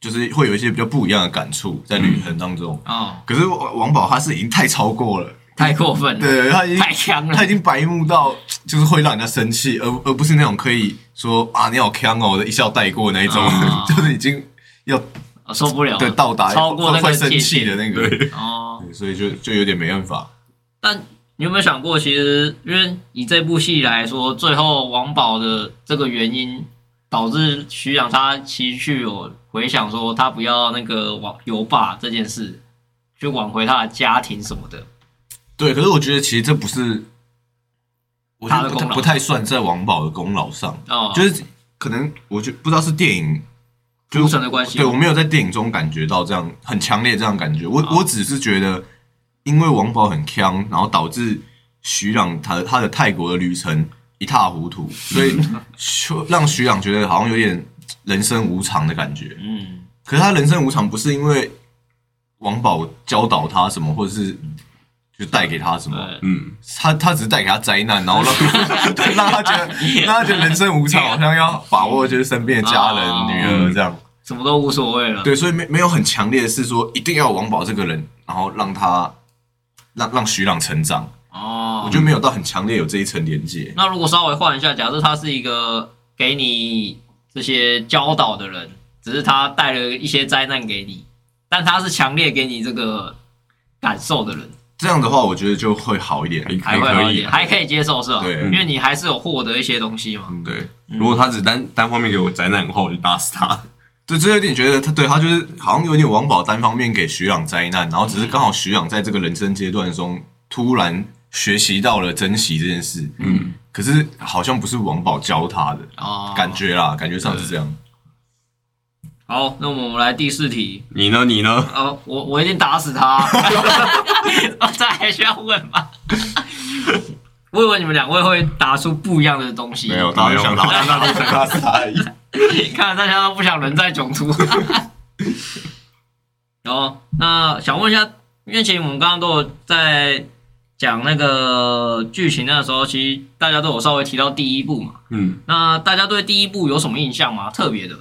[SPEAKER 2] 就是会有一些比较不一样的感触在旅程当中。
[SPEAKER 1] 哦，
[SPEAKER 2] 可是王王宝他是已经太超过了，
[SPEAKER 1] 太过分了，
[SPEAKER 2] 对他已经
[SPEAKER 1] 太强了
[SPEAKER 2] 他。已经白目到就是会让人家生气，而而不是那种可以说啊你好强哦，我的一笑带过那一种，
[SPEAKER 1] 啊
[SPEAKER 2] 就是已经要
[SPEAKER 1] 哦受不了，
[SPEAKER 2] 对到达
[SPEAKER 1] 超过那
[SPEAKER 2] 会
[SPEAKER 1] 个
[SPEAKER 2] 生
[SPEAKER 1] 界
[SPEAKER 2] 气
[SPEAKER 1] 限
[SPEAKER 2] 的那个，对
[SPEAKER 1] 哦。
[SPEAKER 2] 所以就就有点没办法。
[SPEAKER 1] 但你有没有想过，其实因为以这部戏来说，最后王宝的这个原因导致徐朗他其实去有回想说，他不要那个网游霸这件事，去挽回他的家庭什么的。
[SPEAKER 2] 对，可是我觉得其实这不是，我觉
[SPEAKER 1] 他
[SPEAKER 2] 得
[SPEAKER 1] 的
[SPEAKER 2] 不
[SPEAKER 1] 功劳
[SPEAKER 2] 太不太算在王宝的功劳上，
[SPEAKER 1] 哦，
[SPEAKER 2] 就是可能我就不知道是电影。
[SPEAKER 1] 铺陈的关系
[SPEAKER 2] 对我没有在电影中感觉到这样很强烈这样的感觉，我、
[SPEAKER 1] 啊
[SPEAKER 2] 我只是觉得，因为王宝很强，然后导致徐朗他他的泰国的旅程一塌糊 涂，所以就让徐朗觉得好像有点人生无常的感觉。
[SPEAKER 1] 嗯，
[SPEAKER 2] 可是他人生无常不是因为王宝教导他什么，或者是就带给他什么。
[SPEAKER 1] 对，
[SPEAKER 4] 嗯，
[SPEAKER 2] 他他只是带给他灾难，然后让对让他觉得让他觉得人生无常，好像要把握就是身边的家人、
[SPEAKER 1] 哦
[SPEAKER 2] 女儿这样。
[SPEAKER 1] 什么都无所谓了。
[SPEAKER 2] 对，所以没没有很强烈的是说一定要有王宝这个人，然后让他让让徐朗成长，
[SPEAKER 1] 哦，
[SPEAKER 2] 我觉得没有到很强烈有这一层连接。
[SPEAKER 1] 那如果稍微换一下，假设他是一个给你这些教导的人，只是他带了一些灾难给你，但他是强烈给你这个感受的人，
[SPEAKER 2] 这样的话，我觉得就会好一点。
[SPEAKER 4] 还
[SPEAKER 1] 还会
[SPEAKER 4] 还
[SPEAKER 1] 好
[SPEAKER 4] 可
[SPEAKER 1] 一
[SPEAKER 4] 以
[SPEAKER 1] 点，，还可以接受是吧？
[SPEAKER 2] 对
[SPEAKER 1] 因为你还是有获得一些东西嘛。
[SPEAKER 4] 对。如果他只单单方面给我灾难的话，我就打死他。
[SPEAKER 2] 对，这有点觉得他对他就是好像有点王宝单方面给徐朗灾难，然后只是刚好徐朗在这个人生阶段中突然学习到了珍惜这件事，嗯，可是好像不是王宝教他的、
[SPEAKER 1] 哦，
[SPEAKER 2] 嗯感觉啦，感觉上是这样。
[SPEAKER 1] 好，那我们来第四题。
[SPEAKER 4] 你呢？你呢？
[SPEAKER 1] 呃，我我一定打死他， 这还需要问吗？ 问问你们两位会打出不一样的东西？
[SPEAKER 2] 没有，大家都想
[SPEAKER 4] 没有
[SPEAKER 2] 他，大家都想他是而已。
[SPEAKER 1] 看大家都不想人在囧途。 然后，那想问一下，因为其实我们刚刚都有在讲那个剧情的时候，其实大家都有稍微提到第一部嘛。
[SPEAKER 4] 嗯，
[SPEAKER 1] 那大家对第一部有什么印象吗？特别的？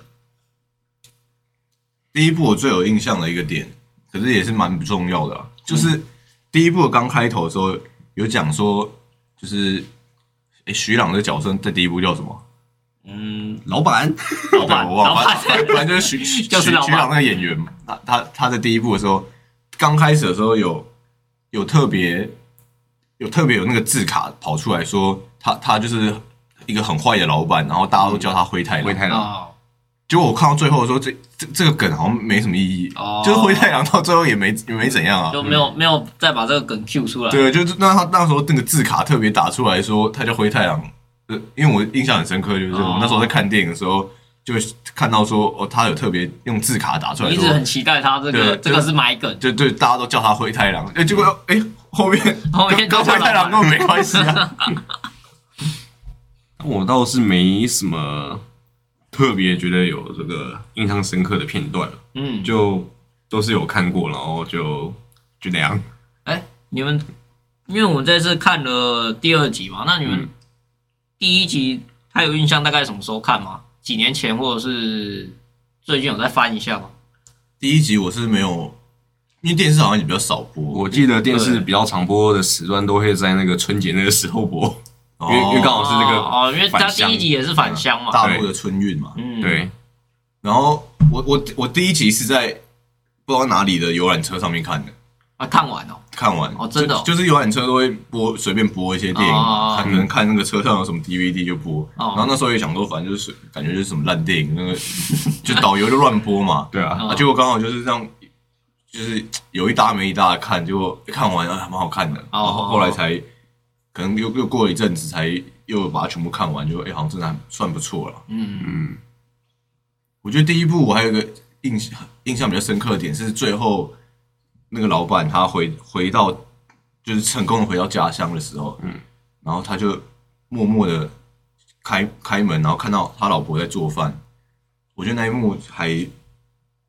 [SPEAKER 2] 第一部我最有印象的一个点，可是也是蛮不重要的、啊，就是第一部刚开头的时候有讲说，就是诶徐朗的角色在第一部叫什么？
[SPEAKER 1] 嗯，
[SPEAKER 4] 老板，
[SPEAKER 2] 老板，我忘了，反正反正就是徐徐
[SPEAKER 1] 就是老板
[SPEAKER 2] 徐朗那个演员嘛，他他他在第一部的时候，刚开始的时候有有特别有特别有那个字卡跑出来说，他他就是一个很坏的老板，然后大家都叫他灰太
[SPEAKER 4] 灰
[SPEAKER 2] 狼。
[SPEAKER 4] 太狼，
[SPEAKER 1] 哦
[SPEAKER 2] 结果我看到最后的时候，这这这个梗好像没什么意义，
[SPEAKER 1] 哦
[SPEAKER 2] 就是灰太狼到最后也没也没怎样啊。
[SPEAKER 1] 就没有没有再把这个梗 Q 出来。
[SPEAKER 2] 对，就是那他那时候那个字卡特别打出来说他叫灰太狼，呃，因为我印象很深刻，就是
[SPEAKER 1] 哦
[SPEAKER 2] 我那时候在看电影的时候，就看到说哦，他有特别用字卡打出来
[SPEAKER 1] 你一直
[SPEAKER 2] 说
[SPEAKER 1] 很，期待他这个
[SPEAKER 2] 对
[SPEAKER 1] 这个是买梗，
[SPEAKER 2] 就对，大家都叫他灰太狼，哎，结果哎后面
[SPEAKER 1] 嗯后面
[SPEAKER 2] 跟跟
[SPEAKER 1] 就叫
[SPEAKER 2] 灰太
[SPEAKER 1] 老
[SPEAKER 2] 狼
[SPEAKER 1] 板
[SPEAKER 2] 根本没关 系啊，
[SPEAKER 4] 我倒是没什么特别觉得有这个印象深刻的片段，
[SPEAKER 1] 嗯，
[SPEAKER 4] 就都是有看过，然后就就那样。
[SPEAKER 1] 哎、你们，因为我这次看了第二集嘛，那你们
[SPEAKER 4] 嗯
[SPEAKER 1] 第一集还有印象大概什么时候看吗？几年前或者是最近有再翻一下吗？
[SPEAKER 2] 第一集我是没有，因为电视好像也比较少播，
[SPEAKER 4] 我记得电视比较常播的时段都会在那个春节那个时候播，
[SPEAKER 2] 因
[SPEAKER 4] 因为因为刚
[SPEAKER 1] 哦
[SPEAKER 4] 好是这个
[SPEAKER 1] 哦，因为他
[SPEAKER 4] 返
[SPEAKER 1] 第
[SPEAKER 4] 乡
[SPEAKER 1] 一集也是返乡嘛，
[SPEAKER 2] 大陆的春运嘛，
[SPEAKER 1] 嗯，，
[SPEAKER 4] 对，
[SPEAKER 2] 然后我我我第一集是在不知道哪里的游览车上面看的。
[SPEAKER 1] 啊，看完哦，
[SPEAKER 2] 看完
[SPEAKER 1] 哦真的哦
[SPEAKER 2] 就就是游览车都会播随便播一些电影
[SPEAKER 1] 哦
[SPEAKER 2] 嘛，看可能看那个车上有什么 DVD 就播，
[SPEAKER 1] 哦
[SPEAKER 2] 然后那时候也想说，反正就是感觉就是什么烂电影，那个就导游就乱播 嘛，
[SPEAKER 4] 对啊，
[SPEAKER 1] 哦
[SPEAKER 2] 啊，结果刚好就是这样，就是有一搭没一搭的看，结果看完啊还 蛮好看的，
[SPEAKER 1] 哦
[SPEAKER 2] 然后后来才可能又又过了一阵子才又把它全部看完，就哎、好像真的还算不错了。
[SPEAKER 1] 嗯，
[SPEAKER 4] 嗯，
[SPEAKER 2] 我觉得第一部我还有一个印象印象比较深刻的点是最后那个老板他回回到就是成功的回到家乡的时候，嗯，然后他就默默的开开门，然后看到他老婆在做饭，我觉得那一幕还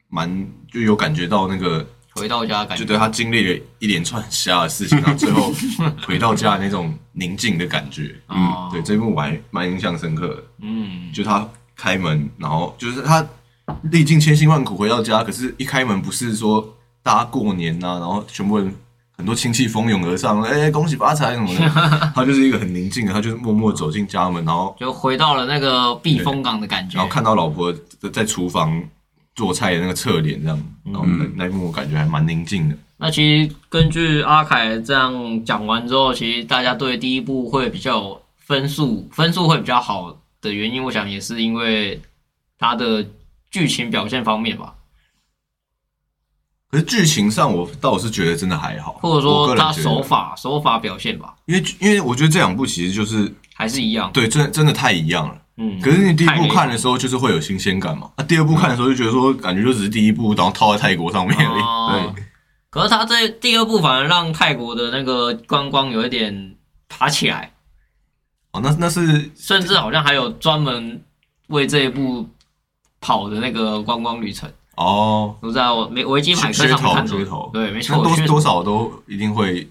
[SPEAKER 2] 蛮就有感觉到那个，
[SPEAKER 1] 回到家的感
[SPEAKER 2] 就
[SPEAKER 1] 觉，
[SPEAKER 2] 对他经历了一连串很瞎的事情，然后最后回到家的那种宁静的感觉，
[SPEAKER 1] 哦，
[SPEAKER 2] 对，这一幕我还蛮印象深刻的。
[SPEAKER 1] 嗯，
[SPEAKER 2] 就他开门，然后就是他历尽千辛万苦回到家，可是一开门不是说大家过年呐、然后全部人很多亲戚蜂拥而上，哎、恭喜发财什么的。 他就是一个很宁静的，他就是默默走进家门，然后
[SPEAKER 1] 就回到了那个避风港的感觉，
[SPEAKER 2] 然后看到老婆在在厨房做菜的那个侧脸这样，然后那那一幕我感觉还蛮宁静的。
[SPEAKER 1] 那其实根据阿凯这样讲完之后，其实大家对第一部会比较有分数，分数会比较好的原因，我想也是因为它的剧情表现方面吧，
[SPEAKER 2] 可是剧情上，我倒是觉得真的还好，
[SPEAKER 1] 或者
[SPEAKER 2] 我个
[SPEAKER 1] 说
[SPEAKER 2] 人
[SPEAKER 1] 它
[SPEAKER 2] 觉得
[SPEAKER 1] 手，法手法表现吧，
[SPEAKER 2] 因为因为我觉得这两部其实就是
[SPEAKER 1] 还是一样。
[SPEAKER 2] 对，真的真的太一样了。
[SPEAKER 1] 嗯，
[SPEAKER 2] 可是你第一
[SPEAKER 1] 太累
[SPEAKER 2] 部
[SPEAKER 1] 了
[SPEAKER 2] 看的时候，就是会有新鲜感嘛。啊那、第二部看的时候就觉得说，感觉就只是第一部，然后套在泰国上面而已。
[SPEAKER 1] 哦，可是他这第二部反而让泰国的那个观光有一点爬起来，
[SPEAKER 2] 哦，那那是
[SPEAKER 1] 甚至好像还有专门为这一部跑的那个观光旅程。
[SPEAKER 2] 哦，
[SPEAKER 1] 都在我维维基百科
[SPEAKER 2] 噱
[SPEAKER 1] 上面
[SPEAKER 2] 头
[SPEAKER 1] 看
[SPEAKER 2] 噱
[SPEAKER 1] 的。
[SPEAKER 2] 头，
[SPEAKER 1] 对，没
[SPEAKER 2] 其实
[SPEAKER 1] 错，
[SPEAKER 2] 多
[SPEAKER 1] 噱头
[SPEAKER 2] 多少都一定会，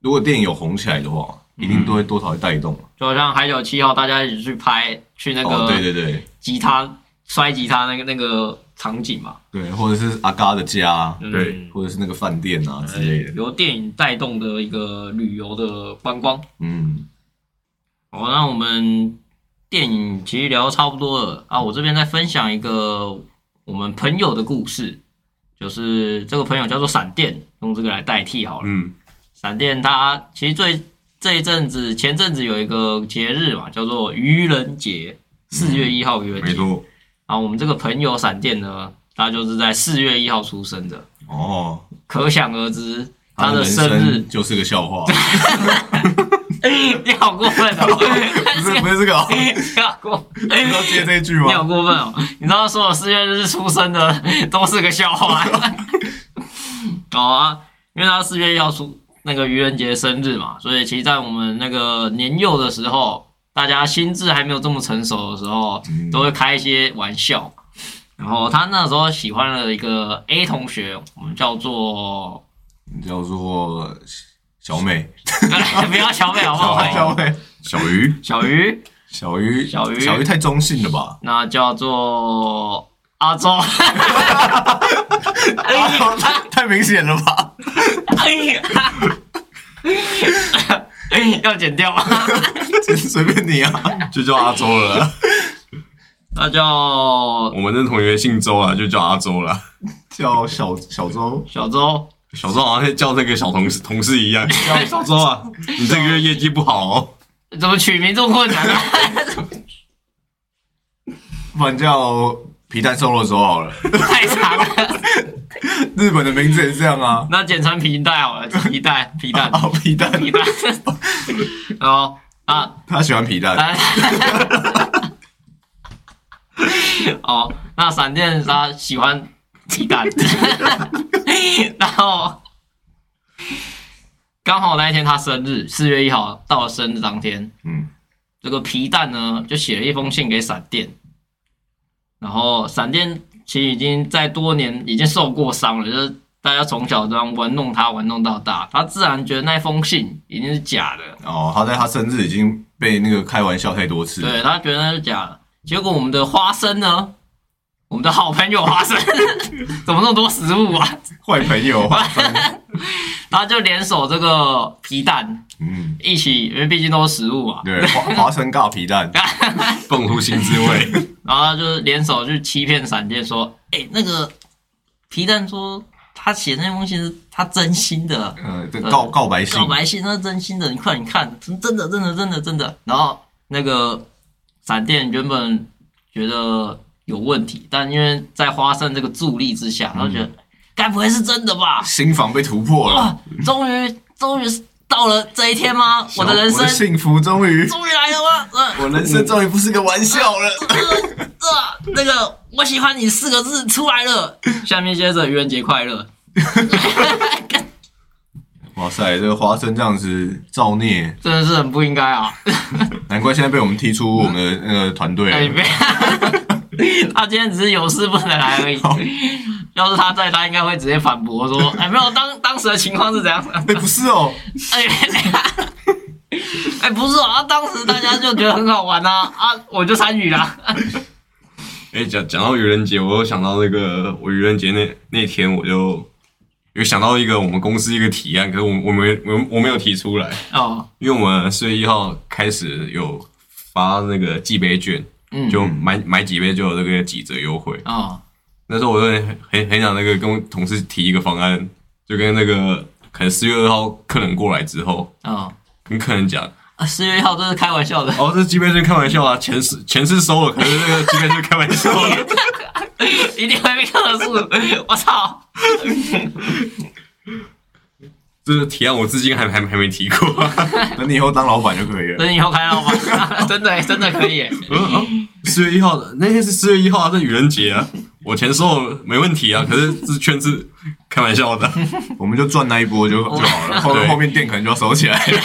[SPEAKER 2] 如果电影有红起来的话，
[SPEAKER 1] 嗯
[SPEAKER 2] 一定都会多少会带动。啊
[SPEAKER 1] 就好像海角七号，大家一起去拍去那
[SPEAKER 2] 哦，对
[SPEAKER 1] 个
[SPEAKER 2] 对对
[SPEAKER 1] 吉他摔吉他那个那个场景嘛。
[SPEAKER 2] 对，或者是阿嘎的家，
[SPEAKER 1] 嗯
[SPEAKER 4] 对
[SPEAKER 2] 或者是那个饭店啊之类的。
[SPEAKER 1] 由电影带动的一个旅游的观光。
[SPEAKER 2] 嗯，
[SPEAKER 1] 哦，那我们电影其实聊得差不多了啊，我这边再分享一个我们朋友的故事，就是这个朋友叫做闪电，用这个来代替好了。
[SPEAKER 4] 嗯，
[SPEAKER 1] 闪电它其实最这一阵子前阵子有一个节日嘛，叫做愚人节，四月一号愚人
[SPEAKER 4] 没
[SPEAKER 1] 节。
[SPEAKER 4] 错，
[SPEAKER 1] 啊，我们这个朋友闪电呢，他就是在四月一号出生的，
[SPEAKER 2] 哦，啊
[SPEAKER 1] 可想而知他的
[SPEAKER 2] 人
[SPEAKER 1] 生日
[SPEAKER 2] 生就是个 笑话，
[SPEAKER 1] 你好过分
[SPEAKER 2] 不是不
[SPEAKER 1] 哦！
[SPEAKER 2] 是这 个哦，
[SPEAKER 1] 你好过，
[SPEAKER 2] 你要接这一句
[SPEAKER 1] 你好
[SPEAKER 2] 吗？
[SPEAKER 1] 过分 哦！你知道所有四月日出生的都是个笑话。 好啊，因为他四月要出那个愚人节生日嘛，所以其实，在我们那个年幼的时候，大家心智还没有这么成熟的时候，都会开一些玩笑。然后他那时候喜欢了一个 A 同学，我们叫做
[SPEAKER 2] 叫做小美，
[SPEAKER 1] 不要小美好不
[SPEAKER 4] 哦
[SPEAKER 1] 好？
[SPEAKER 2] 小美，
[SPEAKER 4] 小鱼
[SPEAKER 1] 小鱼，
[SPEAKER 2] 小鱼，
[SPEAKER 1] 小鱼
[SPEAKER 2] 小鱼太中性了吧？
[SPEAKER 1] 那叫做阿 周。
[SPEAKER 2] 哎
[SPEAKER 1] 啊
[SPEAKER 2] 太明显了吧？
[SPEAKER 1] 哎呀，哎 要剪掉吗？
[SPEAKER 2] 随便你啊，
[SPEAKER 4] 就叫阿周了，
[SPEAKER 1] 那叫
[SPEAKER 4] 我们的同学姓周啊，就叫阿周了。
[SPEAKER 2] 叫小小周，
[SPEAKER 1] 小周，
[SPEAKER 4] 小周好像叫那个小同事同事一样，叫小周啊，你这个月业绩不好哦。
[SPEAKER 1] 怎么取名这么困难啊？
[SPEAKER 2] 不然叫皮蛋瘦肉粥好了。
[SPEAKER 1] 太长了。
[SPEAKER 2] 日本的名字也是这 样啊，
[SPEAKER 1] 那剪成皮带好了，皮带，皮蛋，
[SPEAKER 2] 哦，皮蛋，
[SPEAKER 1] 皮 蛋。然后啊，
[SPEAKER 2] 他喜欢皮蛋，
[SPEAKER 1] 来。 哦，那闪电他喜欢皮蛋， 然后刚好那一天他生日，四月一号到了生日当天，
[SPEAKER 2] 嗯，
[SPEAKER 1] 这个皮蛋呢，就写了一封信给闪电，然后闪电其实已经在多年已经受过伤了，就是大家从小这样玩弄他，玩弄到大，他自然觉得那封信一定是假的，
[SPEAKER 2] 哦，他在他生日已经被那个开玩笑太多次了，
[SPEAKER 1] 对他觉得那是假的。结果我们的花生呢，我们的好朋友花生， 怎么那么多食物啊？
[SPEAKER 2] 坏朋友，
[SPEAKER 1] 他就联手这个皮蛋
[SPEAKER 2] 嗯，
[SPEAKER 1] 一起，因为毕竟都是食物啊嘛，
[SPEAKER 2] 对，花花生尬皮蛋，
[SPEAKER 4] 蹦出新滋味，
[SPEAKER 1] 然后就是联手去欺骗闪电说：“哎、那个皮蛋说他写那封信是他真心的
[SPEAKER 2] 呃，这告告白信
[SPEAKER 1] 告，白信，那是真心的，你快你看，真真的真的真的真的。”然后那个闪电原本觉得有问题，但因为在花生这个助力之下，他就觉得该不会是真的吧？
[SPEAKER 2] 心房被突破了，
[SPEAKER 1] 啊，终于终于到了这一天吗？我的人
[SPEAKER 2] 我的
[SPEAKER 1] 生
[SPEAKER 2] 幸福终于，
[SPEAKER 1] 终于来了吗？嗯、
[SPEAKER 2] 我人生终于不是个玩笑了，
[SPEAKER 1] 这呃那个我喜欢你四个字出来了。下面接着愚人节快乐。
[SPEAKER 2] 哇塞，这个花生这样子造孽，
[SPEAKER 1] 真的是很不应该啊！
[SPEAKER 2] 难怪现在被我们踢出我们的那个团队
[SPEAKER 1] 哎，
[SPEAKER 2] 了，
[SPEAKER 1] 别，他今天只是有 事不能来而已。要是他在，他应该会直接反驳说：“哎，没有，当当时的 情况是怎样？
[SPEAKER 2] 哎，不是哦，
[SPEAKER 1] 哎，哎，不是啊，当时大家就觉得很好玩啊，啊，我就参与啦。
[SPEAKER 4] 哎、讲讲到愚人节，我又想到那个，我愚人节那那天我就有想到一个我们公司一个提案，可是我我没我我没有提出来，”
[SPEAKER 1] 哦，
[SPEAKER 4] 因为我们四月一号开始有发那个寄杯券，
[SPEAKER 1] 嗯，
[SPEAKER 4] 就买买几杯就有这个几折优惠。
[SPEAKER 1] 哦，
[SPEAKER 4] 那时候我就很很很想那个跟我同事提一个方案，就跟那个可能四月二号客人过来之后，
[SPEAKER 1] 哦，
[SPEAKER 4] 跟客人讲，
[SPEAKER 1] 啊四月一号这是开玩笑的，
[SPEAKER 4] 哦，这鸡杯券开玩笑啊，钱是钱是收了，可是那个鸡杯券开玩笑啊的。
[SPEAKER 1] 一定会被克数。 我操！
[SPEAKER 4] 这个提案我至今还还还没提过。
[SPEAKER 2] 等你以后当老板就可以了，
[SPEAKER 1] 等以后开到吧， 真的真的可以耶。
[SPEAKER 4] 哦四月一号的那天是四月一号啊，这愚人节啊，我钱收了没问题啊，可是这券是开玩笑的。
[SPEAKER 2] 我们就赚那一波就就好
[SPEAKER 1] 哦
[SPEAKER 2] 了，后
[SPEAKER 4] 对
[SPEAKER 2] 后面店可能就要收起来了。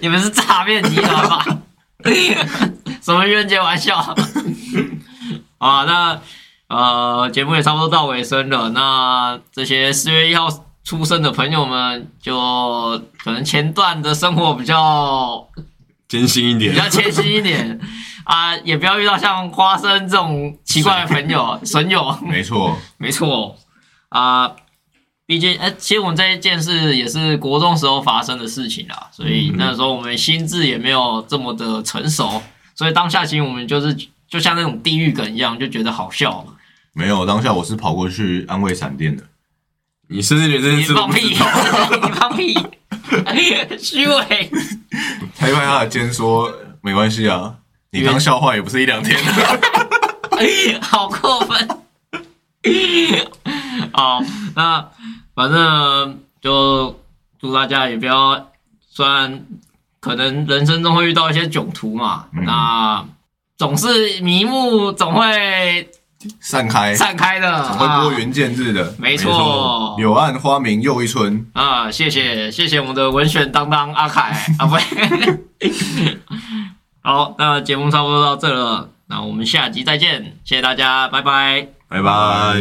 [SPEAKER 1] 你们是诈骗集团吧？什么愚人节玩笑？啊，那呃，节目也差不多到尾声了，那这些四月一号出生的朋友们，就可能前段的生活比较
[SPEAKER 4] 艰辛一点
[SPEAKER 1] 比，较谦虚一点啊，也不要遇到像花生这种奇怪的朋友、损友。
[SPEAKER 2] 没错，
[SPEAKER 1] 没错啊，毕竟哎、其实我们这一件事也是国中时候发生的事情啦，所
[SPEAKER 4] 嗯
[SPEAKER 1] 以那时候我们心智也没有这么的成熟，所以当下其实我们就是就像那种地狱梗一样，就觉得好笑。
[SPEAKER 2] 没有当下我是跑过去安慰闪电的，
[SPEAKER 4] 你甚至连这件
[SPEAKER 1] 你
[SPEAKER 4] 事都
[SPEAKER 1] 放
[SPEAKER 4] 不
[SPEAKER 1] 屁！
[SPEAKER 4] 知道。
[SPEAKER 1] 你放屁！虚伪，
[SPEAKER 2] 拍拍他的肩说：“没关系啊，你当笑话也不是一两天。
[SPEAKER 1] 好过分。哦，那反正就祝大家也不要，虽然可能人生中会遇到一些囧途嘛，
[SPEAKER 2] 嗯
[SPEAKER 1] 那总是迷雾总会”
[SPEAKER 2] 散开，
[SPEAKER 1] 散开的，
[SPEAKER 2] 哎总会拨云见日的。
[SPEAKER 1] 没错
[SPEAKER 2] 柳暗花明又一村。
[SPEAKER 1] 啊、谢谢谢谢我们的文选当当阿 凯啊，不 对，好，那节目差不多到这了，那我们下集再见，谢谢大家，拜拜。
[SPEAKER 4] 拜拜。